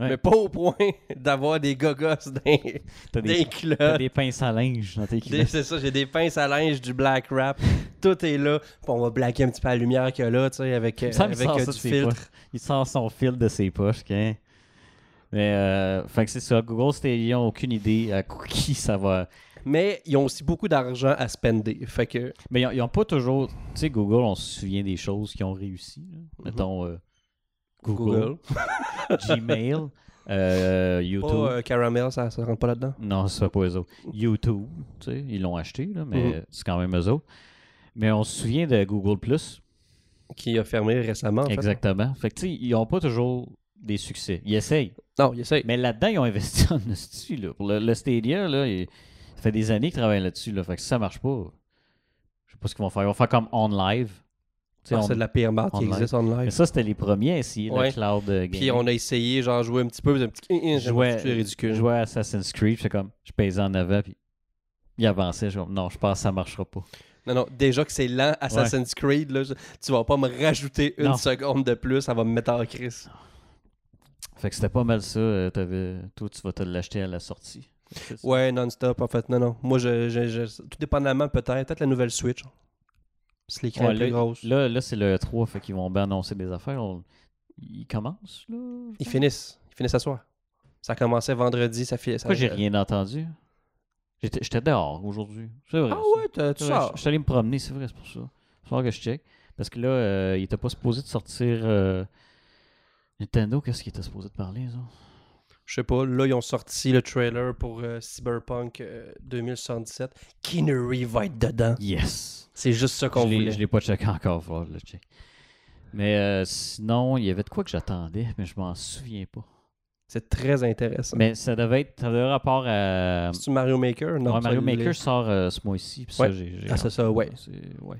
[SPEAKER 2] Mais pas au point d'avoir des gogosses dans
[SPEAKER 1] T'as
[SPEAKER 2] des
[SPEAKER 1] des, t'as
[SPEAKER 2] clubs.
[SPEAKER 1] des pinces à linge dans tes culottes.
[SPEAKER 2] C'est ça, j'ai des pinces à linge, du black wrap. Tout est là. Puis on va blacker un petit peu la lumière qu'il y a là, tu sais, avec, euh,
[SPEAKER 1] Il me semble
[SPEAKER 2] avec
[SPEAKER 1] qu'il sort
[SPEAKER 2] euh,
[SPEAKER 1] ça
[SPEAKER 2] du
[SPEAKER 1] de ses
[SPEAKER 2] filtre.
[SPEAKER 1] poches. Il sort son fil de ses poches, ok? Mais, euh, fait que c'est ça. Google, c'était, ils n'ont aucune idée à qui ça va.
[SPEAKER 2] Mais ils ont aussi beaucoup d'argent à spender. Fait que.
[SPEAKER 1] Mais ils n'ont pas toujours. Tu sais, Google, on se souvient des choses qui ont réussi. là. Mettons euh, Google,
[SPEAKER 2] Mm-hmm. Google.
[SPEAKER 1] Gmail, euh,
[SPEAKER 2] Pas
[SPEAKER 1] YouTube.
[SPEAKER 2] euh, caramel, ça, ça rentre pas là-dedans.
[SPEAKER 1] Non, ce pas eux autres. YouTube, tu sais, ils l'ont acheté, là, mais
[SPEAKER 2] Mhm.
[SPEAKER 1] c'est quand même eux autres. Mais on se souvient de Google Plus.
[SPEAKER 2] Qui a fermé récemment. en fait.
[SPEAKER 1] Exactement. Fait que, tu sais, ils n'ont pas toujours des succès. Ils essayent.
[SPEAKER 2] Non, il essaye.
[SPEAKER 1] Mais là-dedans, ils ont investi en hostie, là. Pour le, le Stadia, là, il- ça fait des années qu'ils travaillent là-dessus. Là. Fait que si ça marche pas, je sais pas ce qu'ils vont faire. Ils vont faire comme on live. Tu sais,
[SPEAKER 2] Ah,
[SPEAKER 1] on-
[SPEAKER 2] C'est de la pire marque qui
[SPEAKER 1] online.
[SPEAKER 2] existe en
[SPEAKER 1] Mais
[SPEAKER 2] live.
[SPEAKER 1] ça, c'était les premiers à essayer
[SPEAKER 2] Ouais.
[SPEAKER 1] le cloud euh, gaming.
[SPEAKER 2] Puis on a essayé, genre, jouer un petit peu. puis un petit-
[SPEAKER 1] jouait,
[SPEAKER 2] C'est ridicule.
[SPEAKER 1] je jouais euh, à Assassin's Creed, j'étais comme, je pesais en avant, puis il avançait. Je suis comme, non, je pense que ça marchera pas.
[SPEAKER 2] Non, non, déjà que c'est lent, Assassin's Creed, là, je- tu vas pas me rajouter une
[SPEAKER 1] Non.
[SPEAKER 2] seconde de plus, ça va me mettre en crise.
[SPEAKER 1] Fait que c'était pas mal ça. euh, t'avais- Toi, tu vas te l'acheter à la sortie. C'est ça.
[SPEAKER 2] Ouais, non-stop, en fait. Non, non. Moi, je, je- je- tout dépendamment, peut-être. Peut-être la nouvelle Switch. C'est l'écran
[SPEAKER 1] Ouais,
[SPEAKER 2] est plus gros.
[SPEAKER 1] Là, là c'est le 3, fait qu'ils vont bien annoncer des affaires. On- Ils commencent, là.
[SPEAKER 2] Ils finissent. Ils finissent à soir. Ça commençait vendredi, ça finit. ça-
[SPEAKER 1] Pourquoi j'ai rien entendu? J'étais j'étais dehors aujourd'hui. C'est vrai.
[SPEAKER 2] Ah
[SPEAKER 1] ça.
[SPEAKER 2] ouais, t'as- tu
[SPEAKER 1] C'est vrai,
[SPEAKER 2] sors.
[SPEAKER 1] Je je suis allé me promener, c'est vrai, c'est pour ça. Faut que je check. Parce que là, euh, il était pas supposé de sortir. euh, Nintendo, qu'est-ce qu'il était supposé de parler, ça?
[SPEAKER 2] Je sais pas, là, ils ont sorti le trailer pour euh, Cyberpunk euh, 2077. Kinnery va être dedans.
[SPEAKER 1] Yes!
[SPEAKER 2] C'est juste ça qu'on
[SPEAKER 1] Je l'ai-
[SPEAKER 2] voulait.
[SPEAKER 1] Je l'ai pas checké encore, faut que je le check. Mais euh, sinon, il y avait de quoi que j'attendais, mais je m'en souviens pas.
[SPEAKER 2] C'est très intéressant.
[SPEAKER 1] Mais ça devait être. Ça devait avoir rapport à.
[SPEAKER 2] C'est-tu Mario Maker? Non,
[SPEAKER 1] Ouais, Mario
[SPEAKER 2] ça, il
[SPEAKER 1] Maker
[SPEAKER 2] l'est.
[SPEAKER 1] sort euh, ce mois-ci. puis ça,
[SPEAKER 2] Ouais.
[SPEAKER 1] j'ai- j'ai
[SPEAKER 2] Ah, c'est ça, ouais.
[SPEAKER 1] C'est- ouais.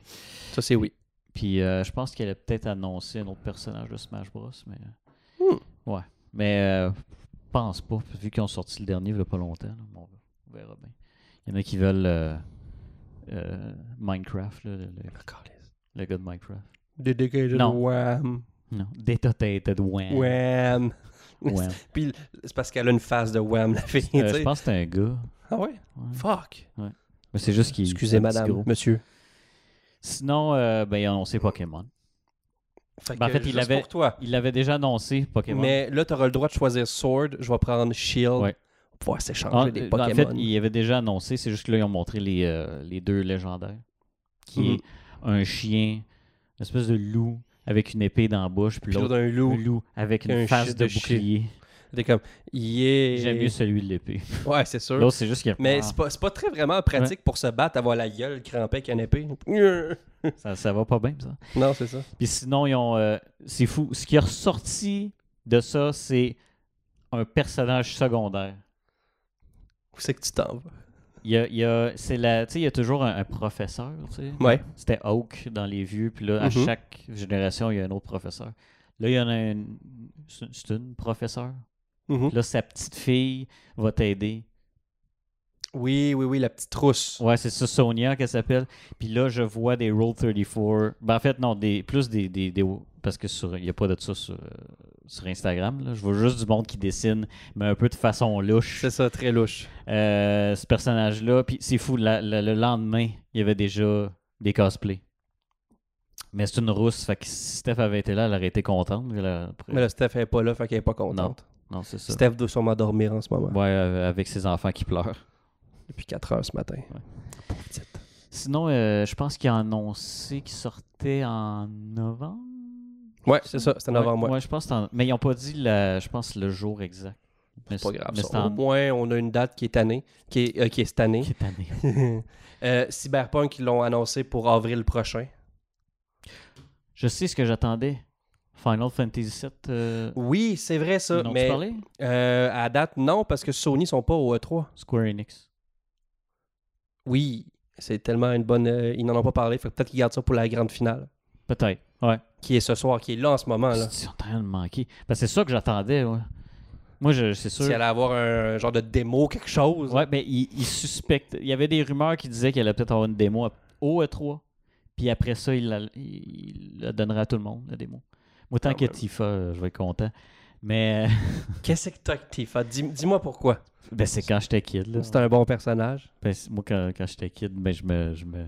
[SPEAKER 2] Ça, c'est oui.
[SPEAKER 1] Puis euh, je pense qu'elle a peut-être annoncé un autre personnage de Smash Bros. Mais.
[SPEAKER 2] Hmm.
[SPEAKER 1] Ouais. Mais euh, je pense pas. Vu qu'ils ont sorti le dernier il y a pas longtemps, là, on verra- on verra bien. Il y en a qui veulent euh, euh, Minecraft, là, le, le- le gars de Minecraft.
[SPEAKER 2] Dedicated
[SPEAKER 1] Non. Euh.
[SPEAKER 2] Wham.
[SPEAKER 1] Non. Detotated Wham.
[SPEAKER 2] Wham.
[SPEAKER 1] Wham.
[SPEAKER 2] Puis c'est parce qu'elle a une face de Wham, la fille.
[SPEAKER 1] Euh,
[SPEAKER 2] tu
[SPEAKER 1] je
[SPEAKER 2] sais.
[SPEAKER 1] pense que c'est un gars.
[SPEAKER 2] Ah ouais?
[SPEAKER 1] Ouais.
[SPEAKER 2] Fuck.
[SPEAKER 1] Mais c'est juste qu'il. c'est
[SPEAKER 2] Excusez,
[SPEAKER 1] un petit
[SPEAKER 2] madame,
[SPEAKER 1] gros.
[SPEAKER 2] monsieur.
[SPEAKER 1] Sinon, euh, ben, il a annoncé Pokémon.
[SPEAKER 2] Fait,
[SPEAKER 1] Ben, en
[SPEAKER 2] que
[SPEAKER 1] fait, il
[SPEAKER 2] juste
[SPEAKER 1] l'avait-
[SPEAKER 2] pour toi.
[SPEAKER 1] Il l'avait déjà annoncé, Pokémon.
[SPEAKER 2] Mais là, t'auras le droit de choisir Sword. Je vais prendre Shield.
[SPEAKER 1] Ouais.
[SPEAKER 2] Pour pouvoir s'échanger
[SPEAKER 1] Ah,
[SPEAKER 2] des
[SPEAKER 1] euh, en fait,
[SPEAKER 2] Pokémon.
[SPEAKER 1] il avait déjà annoncé, c'est juste que là, ils ont montré les, euh, les deux légendaires. Qui
[SPEAKER 2] Mhm.
[SPEAKER 1] est un chien, une espèce de loup avec une épée dans la bouche, puis
[SPEAKER 2] Puis l'autre,
[SPEAKER 1] l'autre,
[SPEAKER 2] un
[SPEAKER 1] un
[SPEAKER 2] loup.
[SPEAKER 1] loup avec une
[SPEAKER 2] un
[SPEAKER 1] face
[SPEAKER 2] shit
[SPEAKER 1] de
[SPEAKER 2] de chien.
[SPEAKER 1] bouclier.
[SPEAKER 2] T'es comme, yeah.
[SPEAKER 1] J'aime mieux celui de l'épée.
[SPEAKER 2] Ouais, c'est sûr.
[SPEAKER 1] L'autre, c'est juste qu'il y a-
[SPEAKER 2] Mais
[SPEAKER 1] Ah,
[SPEAKER 2] c'est pas, c'est pas très vraiment pratique pour se battre, avoir la gueule crampée avec une épée. Yeah.
[SPEAKER 1] ça, ça va pas bien, ça.
[SPEAKER 2] Non, c'est ça.
[SPEAKER 1] Puis sinon, ils ont. euh, c'est fou. Ce qui est ressorti de ça, c'est un personnage secondaire.
[SPEAKER 2] Où c'est que tu t'en vas?
[SPEAKER 1] Il y a, il y a- c'est la, tu sais, il y a toujours un, un professeur. tu sais.
[SPEAKER 2] Ouais.
[SPEAKER 1] C'était Oak dans les vieux, puis là, à
[SPEAKER 2] Mhm.
[SPEAKER 1] chaque génération, il y a un autre professeur. Là, il y en a une. c'est- C'est une professeure.
[SPEAKER 2] Mhm.
[SPEAKER 1] Puis Là, sa petite fille va t'aider.
[SPEAKER 2] Oui, oui, oui, la petite rousse.
[SPEAKER 1] Ouais, c'est ça, Sonia, qu'elle s'appelle. Puis là, je vois des Roll 34. Ben, en fait, non, des, plus des. des, des- parce que sur, il n'y a pas de ça sur, euh, sur Instagram. là. Je vois juste du monde qui dessine, mais un peu de façon louche.
[SPEAKER 2] C'est ça, très louche.
[SPEAKER 1] euh, ce personnage-là. Puis c'est fou, la- la- le lendemain, il y avait déjà des cosplays. Mais c'est une rousse, fait que si Steph avait été là, elle aurait été contente. mais là, après-
[SPEAKER 2] Mais là, Steph n'est pas là, fait qu'elle est pas contente.
[SPEAKER 1] Non, c'est ça.
[SPEAKER 2] Steph doit sûrement dormir en ce moment.
[SPEAKER 1] Ouais, euh, avec ses enfants qui pleurent.
[SPEAKER 2] Depuis 4 heures ce matin.
[SPEAKER 1] Sinon, euh, je pense qu'il a annoncé qu'il sortait en novembre.
[SPEAKER 2] Ouais, c'est ça, c'était novembre,
[SPEAKER 1] ouais,
[SPEAKER 2] ouais.
[SPEAKER 1] ouais, je pense. que c'est en- Mais ils n'ont pas dit, la- je pense, le jour exact. Mais
[SPEAKER 2] C'est pas grave.
[SPEAKER 1] mais
[SPEAKER 2] ça. Oh
[SPEAKER 1] c'est
[SPEAKER 2] Au
[SPEAKER 1] en-
[SPEAKER 2] moins, on a une date qui est tannée, qui est, euh, qui est cette année.
[SPEAKER 1] cette année.
[SPEAKER 2] Euh, Cyberpunk, ils l'ont annoncé pour avril prochain.
[SPEAKER 1] Je sais ce que j'attendais. Final Fantasy VII. euh,
[SPEAKER 2] Oui, c'est vrai ça,
[SPEAKER 1] ils n'ont-tu
[SPEAKER 2] mais
[SPEAKER 1] parlé?
[SPEAKER 2] euh, à date, non, parce que Sony sont pas au E E3.
[SPEAKER 1] Square Enix.
[SPEAKER 2] Oui, c'est tellement une bonne... euh, ils n'en ont pas parlé, fait que peut-être qu'ils gardent ça pour la grande finale,
[SPEAKER 1] Peut-être. Ouais.
[SPEAKER 2] qui est ce soir, qui est là en ce moment. là.
[SPEAKER 1] Ben, Ils sont en train de manquer. Parce que c'est ça que j'attendais. ouais. Moi, je, c'est sûr.
[SPEAKER 2] S'il allait avoir un genre de démo, quelque chose.
[SPEAKER 1] Ouais, mais il, il suspecte. Il y avait des rumeurs qui disaient qu'elle allait peut-être avoir une démo à- au E3. Puis après ça, il la, il la donnerait à tout le monde, la démo. Moi, tant
[SPEAKER 2] Ah
[SPEAKER 1] que
[SPEAKER 2] ouais.
[SPEAKER 1] Tifa, euh, je vais être content. Mais euh,
[SPEAKER 2] Qu'est-ce que t'as que Tifa? Dis- Dis-moi pourquoi.
[SPEAKER 1] ben, c'est quand j'étais kid. Là.
[SPEAKER 2] C'est un bon personnage.
[SPEAKER 1] Ben, c'est- moi, quand, quand j'étais kid, ben, je me. Je me...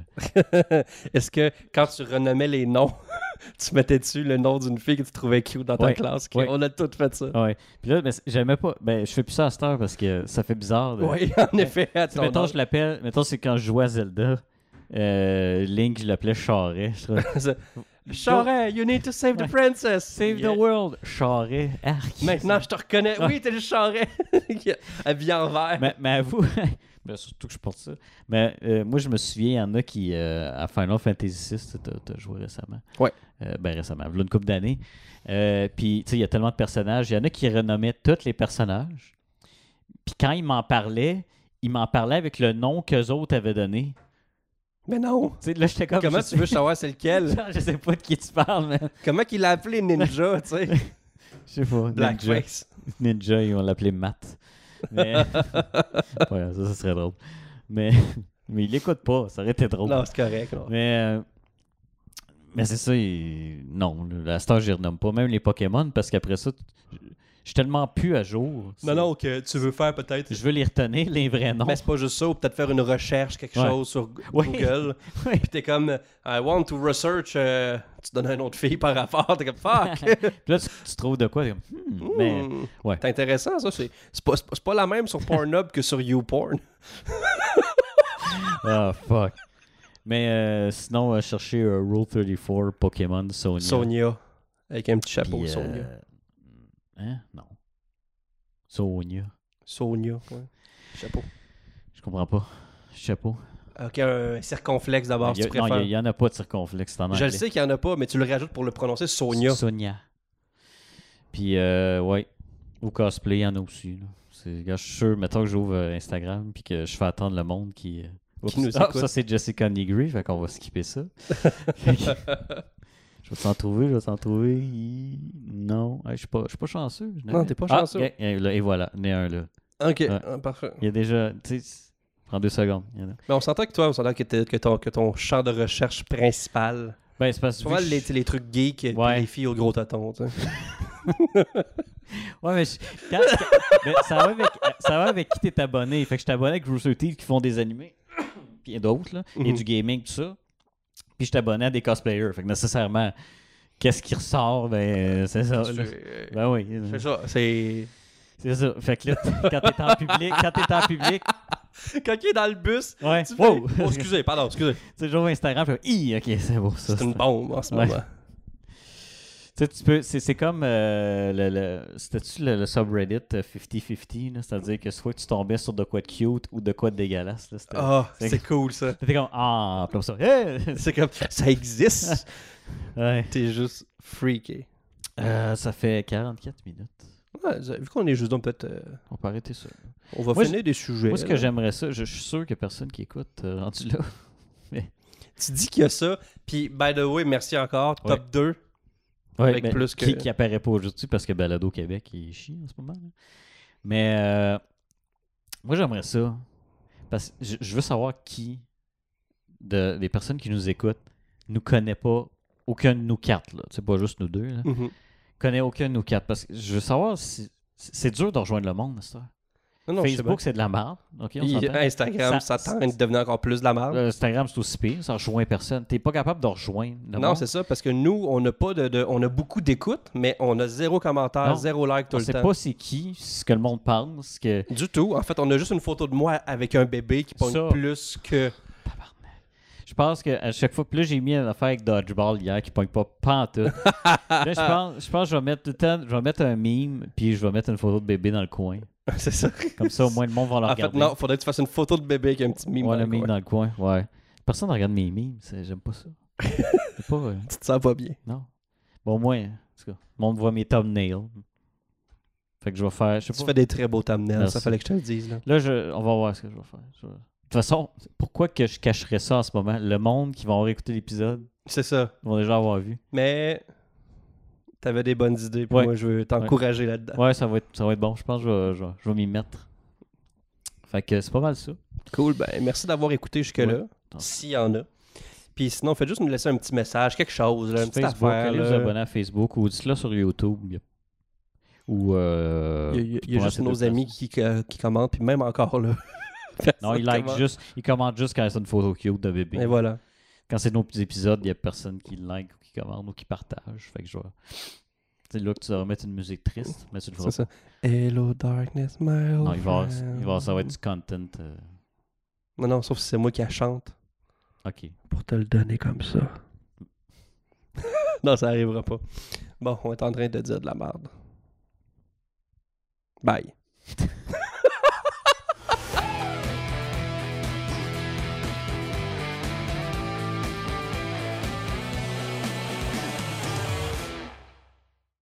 [SPEAKER 2] Est-ce que quand tu renommais les noms, tu mettais dessus le nom d'une fille que tu trouvais cute dans ta
[SPEAKER 1] Ouais,
[SPEAKER 2] classe?
[SPEAKER 1] ouais.
[SPEAKER 2] On a toutes fait ça.
[SPEAKER 1] Ouais. Puis là, ben, c'est- j'aimais pas. Ben, je fais plus ça à cette heure parce que ça fait bizarre. de-
[SPEAKER 2] Oui, en effet. à ton
[SPEAKER 1] Mettons,
[SPEAKER 2] âge.
[SPEAKER 1] je l'appelle. Mettons, c'est quand je jouais à Zelda. euh, Link, je l'appelais Charret. Je trouvais-
[SPEAKER 2] Charest, you need to save the princess.
[SPEAKER 1] Save the world! Charret, arc!
[SPEAKER 2] Maintenant, je te reconnais. Oui, t'es le charret. Habillé en vert.
[SPEAKER 1] mais, mais avoue, ben, surtout que je porte ça. Mais euh, moi, je me souviens, il y en a qui, euh, à Final Fantasy VI, tu as joué récemment.
[SPEAKER 2] Ouais.
[SPEAKER 1] Euh, ben récemment, voilà une couple d'années. Euh, Puis, tu sais, il y a tellement de personnages. Il y en a qui renommaient tous les personnages. Puis quand ils m'en parlaient, ils m'en parlaient avec le nom qu'eux autres avaient donné.
[SPEAKER 2] Mais non.
[SPEAKER 1] Tu sais, là, j'étais comme...
[SPEAKER 2] Comment
[SPEAKER 1] Ah, je
[SPEAKER 2] tu veux savoir c'est lequel?
[SPEAKER 1] Genre, je sais pas de qui tu parles, mais...
[SPEAKER 2] Comment qu'il a appelé Ninja, tu sais?
[SPEAKER 1] Je sais pas. Ninja.
[SPEAKER 2] Blackface.
[SPEAKER 1] Ninja, ils vont l'appeler Matt. Mais... Ouais, ça, ça serait drôle. Mais, mais il l'écoute pas, ça aurait été drôle.
[SPEAKER 2] Non, c'est correct. non.
[SPEAKER 1] Mais, euh, mais c'est ça, il- non, à cette heure, je les renomme pas. Même les Pokémon, parce qu'après ça, tu- je suis tellement plus à jour. C'est-
[SPEAKER 2] Non, non, que tu veux faire peut-être.
[SPEAKER 1] Je veux les retenir, les vrais noms.
[SPEAKER 2] Mais c'est pas juste ça, ou peut-être faire une recherche, quelque
[SPEAKER 1] Ouais.
[SPEAKER 2] chose sur Go-
[SPEAKER 1] Ouais.
[SPEAKER 2] Google.
[SPEAKER 1] Ouais.
[SPEAKER 2] Puis t'es comme, I want to research. euh, tu donnes un autre fille par rapport. T'es comme, fuck.
[SPEAKER 1] Puis là, tu, tu trouves de quoi? t'es comme, hmm, mais,
[SPEAKER 2] Hmm.
[SPEAKER 1] ouais.
[SPEAKER 2] C'est intéressant, ça. C'est c'est pas, c'est pas- c'est pas la même sur Pornhub que sur YouPorn.
[SPEAKER 1] ah, fuck. Mais euh, sinon, euh, chercher euh, Rule 34, Pokémon, Sonya.
[SPEAKER 2] Sonia. Avec un petit chapeau,
[SPEAKER 1] puis, euh,
[SPEAKER 2] Sonia.
[SPEAKER 1] Hein? Non. Sonia.
[SPEAKER 2] Sonia, ouais. Chapeau.
[SPEAKER 1] Je comprends pas. Chapeau.
[SPEAKER 2] Ok, un circonflexe d'abord,
[SPEAKER 1] Il
[SPEAKER 2] si
[SPEAKER 1] Ah, y
[SPEAKER 2] tu
[SPEAKER 1] a- non, il y a-
[SPEAKER 2] préfères.
[SPEAKER 1] il y, en a pas de circonflexe. c'est en
[SPEAKER 2] Je le
[SPEAKER 1] anglais.
[SPEAKER 2] sais qu'il n'y en a pas, mais tu le rajoutes pour le prononcer Sonia.
[SPEAKER 1] Sonia. Puis, euh, ouais, au cosplay, il y en a aussi. là. C'est, gars, je suis sûr, mettons que j'ouvre euh, Instagram puis que je fais attendre le monde qui. euh, oups,
[SPEAKER 2] Qui nous
[SPEAKER 1] ah,
[SPEAKER 2] écoute.
[SPEAKER 1] ça, c'est Jessica Nigri, fait qu'on va skipper ça. Fait que- je vais s'en trouver, je vais s'en trouver. Hi, Non, Hey, je suis pas, je suis pas chanceux. je
[SPEAKER 2] Non,
[SPEAKER 1] n'ai-
[SPEAKER 2] t'es pas
[SPEAKER 1] Ah,
[SPEAKER 2] chanceux.
[SPEAKER 1] ok, et, là, et voilà, né un là.
[SPEAKER 2] Ok,
[SPEAKER 1] Ouais.
[SPEAKER 2] ah, parfait.
[SPEAKER 1] Il y a déjà, tu sais, prends deux secondes. il y en a.
[SPEAKER 2] Mais on s'entend que toi, on s'entend que, t'es- que ton, que ton champ de recherche principal,
[SPEAKER 1] Ben, c'est parce
[SPEAKER 2] c'est
[SPEAKER 1] que
[SPEAKER 2] pas mal
[SPEAKER 1] vu que
[SPEAKER 2] les,
[SPEAKER 1] je-
[SPEAKER 2] les trucs geeks et
[SPEAKER 1] Ouais.
[SPEAKER 2] les filles au gros tâton. tu sais.
[SPEAKER 1] Ouais, mais je- quand- quand- mais ça, va avec, ça va avec qui t'es abonné. Fait que je t'abonne avec Rooster Teeth qui font des animés, puis d'autres, là, et
[SPEAKER 2] Mhm.
[SPEAKER 1] du gaming, tout ça. Puis je t'abonnais à des cosplayers. Fait que nécessairement, qu'est-ce qui ressort, ben, euh, c'est ça. là.
[SPEAKER 2] C'est
[SPEAKER 1] Ben oui,
[SPEAKER 2] c'est ça. C'est.
[SPEAKER 1] c'est ça. Fait que là, t- quand t'es en public, quand t'es en public,
[SPEAKER 2] Quand il est dans le bus,
[SPEAKER 1] ouais,
[SPEAKER 2] tu fais-
[SPEAKER 1] wow!
[SPEAKER 2] Oh, excusez, pardon, excusez.
[SPEAKER 1] tu sais, j'ouvre Instagram, je fais, Hi, ok, c'est beau ça.
[SPEAKER 2] C'est une bombe en ce
[SPEAKER 1] Ouais.
[SPEAKER 2] moment.
[SPEAKER 1] Tu sais, tu peux, c'est, c'est comme euh, le, le- c'était-tu le, le subreddit euh, 50-50, là? c'est-à-dire que soit tu tombais sur de quoi de cute ou de quoi de dégueulasse. Là, c'était,
[SPEAKER 2] Ah,
[SPEAKER 1] c'est-
[SPEAKER 2] c'est cool ça.
[SPEAKER 1] T'étais comme Ah, comme ça. Hey!
[SPEAKER 2] C'est comme ça existe.
[SPEAKER 1] Ouais.
[SPEAKER 2] T'es juste freaké.
[SPEAKER 1] Euh, ça fait 44 minutes.
[SPEAKER 2] Ouais, vu qu'on est juste dans peut-être. euh,
[SPEAKER 1] On peut arrêter ça.
[SPEAKER 2] on va
[SPEAKER 1] Moi,
[SPEAKER 2] finir des sujets.
[SPEAKER 1] Moi, ce que
[SPEAKER 2] là.
[SPEAKER 1] j'aimerais ça, je, je suis sûr que personne qui écoute euh, rendu là.
[SPEAKER 2] Tu dis qu'il y a ça, puis by the way, merci encore.
[SPEAKER 1] Ouais.
[SPEAKER 2] Top 2. Avec plus que-
[SPEAKER 1] qui, qui apparaît pas aujourd'hui parce que Balado Québec il chie en ce moment. là. Mais euh, moi, j'aimerais ça. Parce que je, je veux savoir qui de, des personnes qui nous écoutent nous connaît pas aucun de nous quatre. Là. C'est pas juste nous deux. Là.
[SPEAKER 2] Mhm.
[SPEAKER 1] Connaît aucun de nous quatre. Parce que je veux savoir si. C'est c'est dur de rejoindre le monde, ça.
[SPEAKER 2] Non, non, je sais
[SPEAKER 1] Facebook, c'est de la merde. OK, on
[SPEAKER 2] Il-
[SPEAKER 1] s'entend.
[SPEAKER 2] Instagram, ça,
[SPEAKER 1] Ça-
[SPEAKER 2] tente de devenir encore plus de la merde.
[SPEAKER 1] Euh, Instagram, c'est aussi pire. Ça rejoint personne. T'es pas capable de rejoindre. le
[SPEAKER 2] non,
[SPEAKER 1] monde.
[SPEAKER 2] c'est ça, parce que nous, on a pas de, de- on a beaucoup d'écoutes, mais on a zéro commentaire,
[SPEAKER 1] Non.
[SPEAKER 2] zéro like tout
[SPEAKER 1] On
[SPEAKER 2] le
[SPEAKER 1] sait
[SPEAKER 2] temps.
[SPEAKER 1] pas c'est qui, ce que le monde pense. Que...
[SPEAKER 2] Du tout. En fait, on a juste une photo de moi avec un bébé qui pogne
[SPEAKER 1] Ça.
[SPEAKER 2] plus que.
[SPEAKER 1] Je pense que à chaque fois. Puis là, j'ai mis une affaire avec Dodgeball hier qui pogne pas pantoute. là, je pense, je pense que je vais mettre tout le temps. Je vais mettre un meme, puis je vais mettre une photo de bébé dans le coin.
[SPEAKER 2] c'est ça.
[SPEAKER 1] Comme ça, au moins, le monde va la
[SPEAKER 2] En fait,
[SPEAKER 1] regarder.
[SPEAKER 2] non, faudrait que tu fasses une photo de bébé avec un petit mime.
[SPEAKER 1] Ouais, le
[SPEAKER 2] dans le
[SPEAKER 1] meme
[SPEAKER 2] coin.
[SPEAKER 1] dans le coin. Ouais. Personne ne regarde mes memes. c'est- J'aime pas ça. C'est pas. euh,
[SPEAKER 2] Tu te sens pas bien.
[SPEAKER 1] Non. Bon, au moins, en tout cas, le monde voit mes thumbnails. Fait que je vais faire. Je sais
[SPEAKER 2] Tu
[SPEAKER 1] pas.
[SPEAKER 2] fais des très beaux thumbnails,
[SPEAKER 1] Merci.
[SPEAKER 2] ça fallait que je te le dise. Là.
[SPEAKER 1] Là, je- on va voir ce que je vais faire. Je vais- De toute façon, pourquoi que je cacherais ça en ce moment? Le monde qui va avoir écouté l'épisode,
[SPEAKER 2] C'est ça.
[SPEAKER 1] ils vont déjà avoir vu.
[SPEAKER 2] Mais T'avais des bonnes idées, puis
[SPEAKER 1] Ouais.
[SPEAKER 2] moi, je veux t'encourager là-dedans.
[SPEAKER 1] Ouais, ça va être, ça va être bon. Je pense que je vais, je vais- je vais m'y mettre. Fait que c'est pas mal ça.
[SPEAKER 2] Cool, ben merci d'avoir écouté jusque-là,
[SPEAKER 1] Ouais.
[SPEAKER 2] s'il y en a. Puis sinon, faites juste nous laisser un petit message, quelque chose, là,
[SPEAKER 1] Sur
[SPEAKER 2] une petite
[SPEAKER 1] Facebook,
[SPEAKER 2] affaire.
[SPEAKER 1] allez
[SPEAKER 2] là.
[SPEAKER 1] vous abonner à Facebook ou dites-le sur YouTube. Il y a- Ou. euh,
[SPEAKER 2] Il y a- il y a, il y a
[SPEAKER 1] pour
[SPEAKER 2] juste
[SPEAKER 1] ces deux
[SPEAKER 2] nos amis
[SPEAKER 1] places.
[SPEAKER 2] qui, euh, qui commentent, puis même encore là.
[SPEAKER 1] Non, ils like juste. Ils commentent juste quand c'est une photo cute de bébé.
[SPEAKER 2] Et voilà.
[SPEAKER 1] Quand c'est nos petits épisodes, il n'y a personne qui like ou qui commente ou qui partage. Fait que je vais- C'est là que tu vas mettre une musique triste, mais tu le feras
[SPEAKER 2] C'est ça. Hello darkness, my old
[SPEAKER 1] Non, il va,
[SPEAKER 2] friend.
[SPEAKER 1] il va, ça va être du content. euh,
[SPEAKER 2] Non, non, sauf si c'est moi qui la chante
[SPEAKER 1] Ok.
[SPEAKER 2] pour te le donner comme ça. non, ça arrivera pas. Bon, on est en train de dire de la merde. Bye.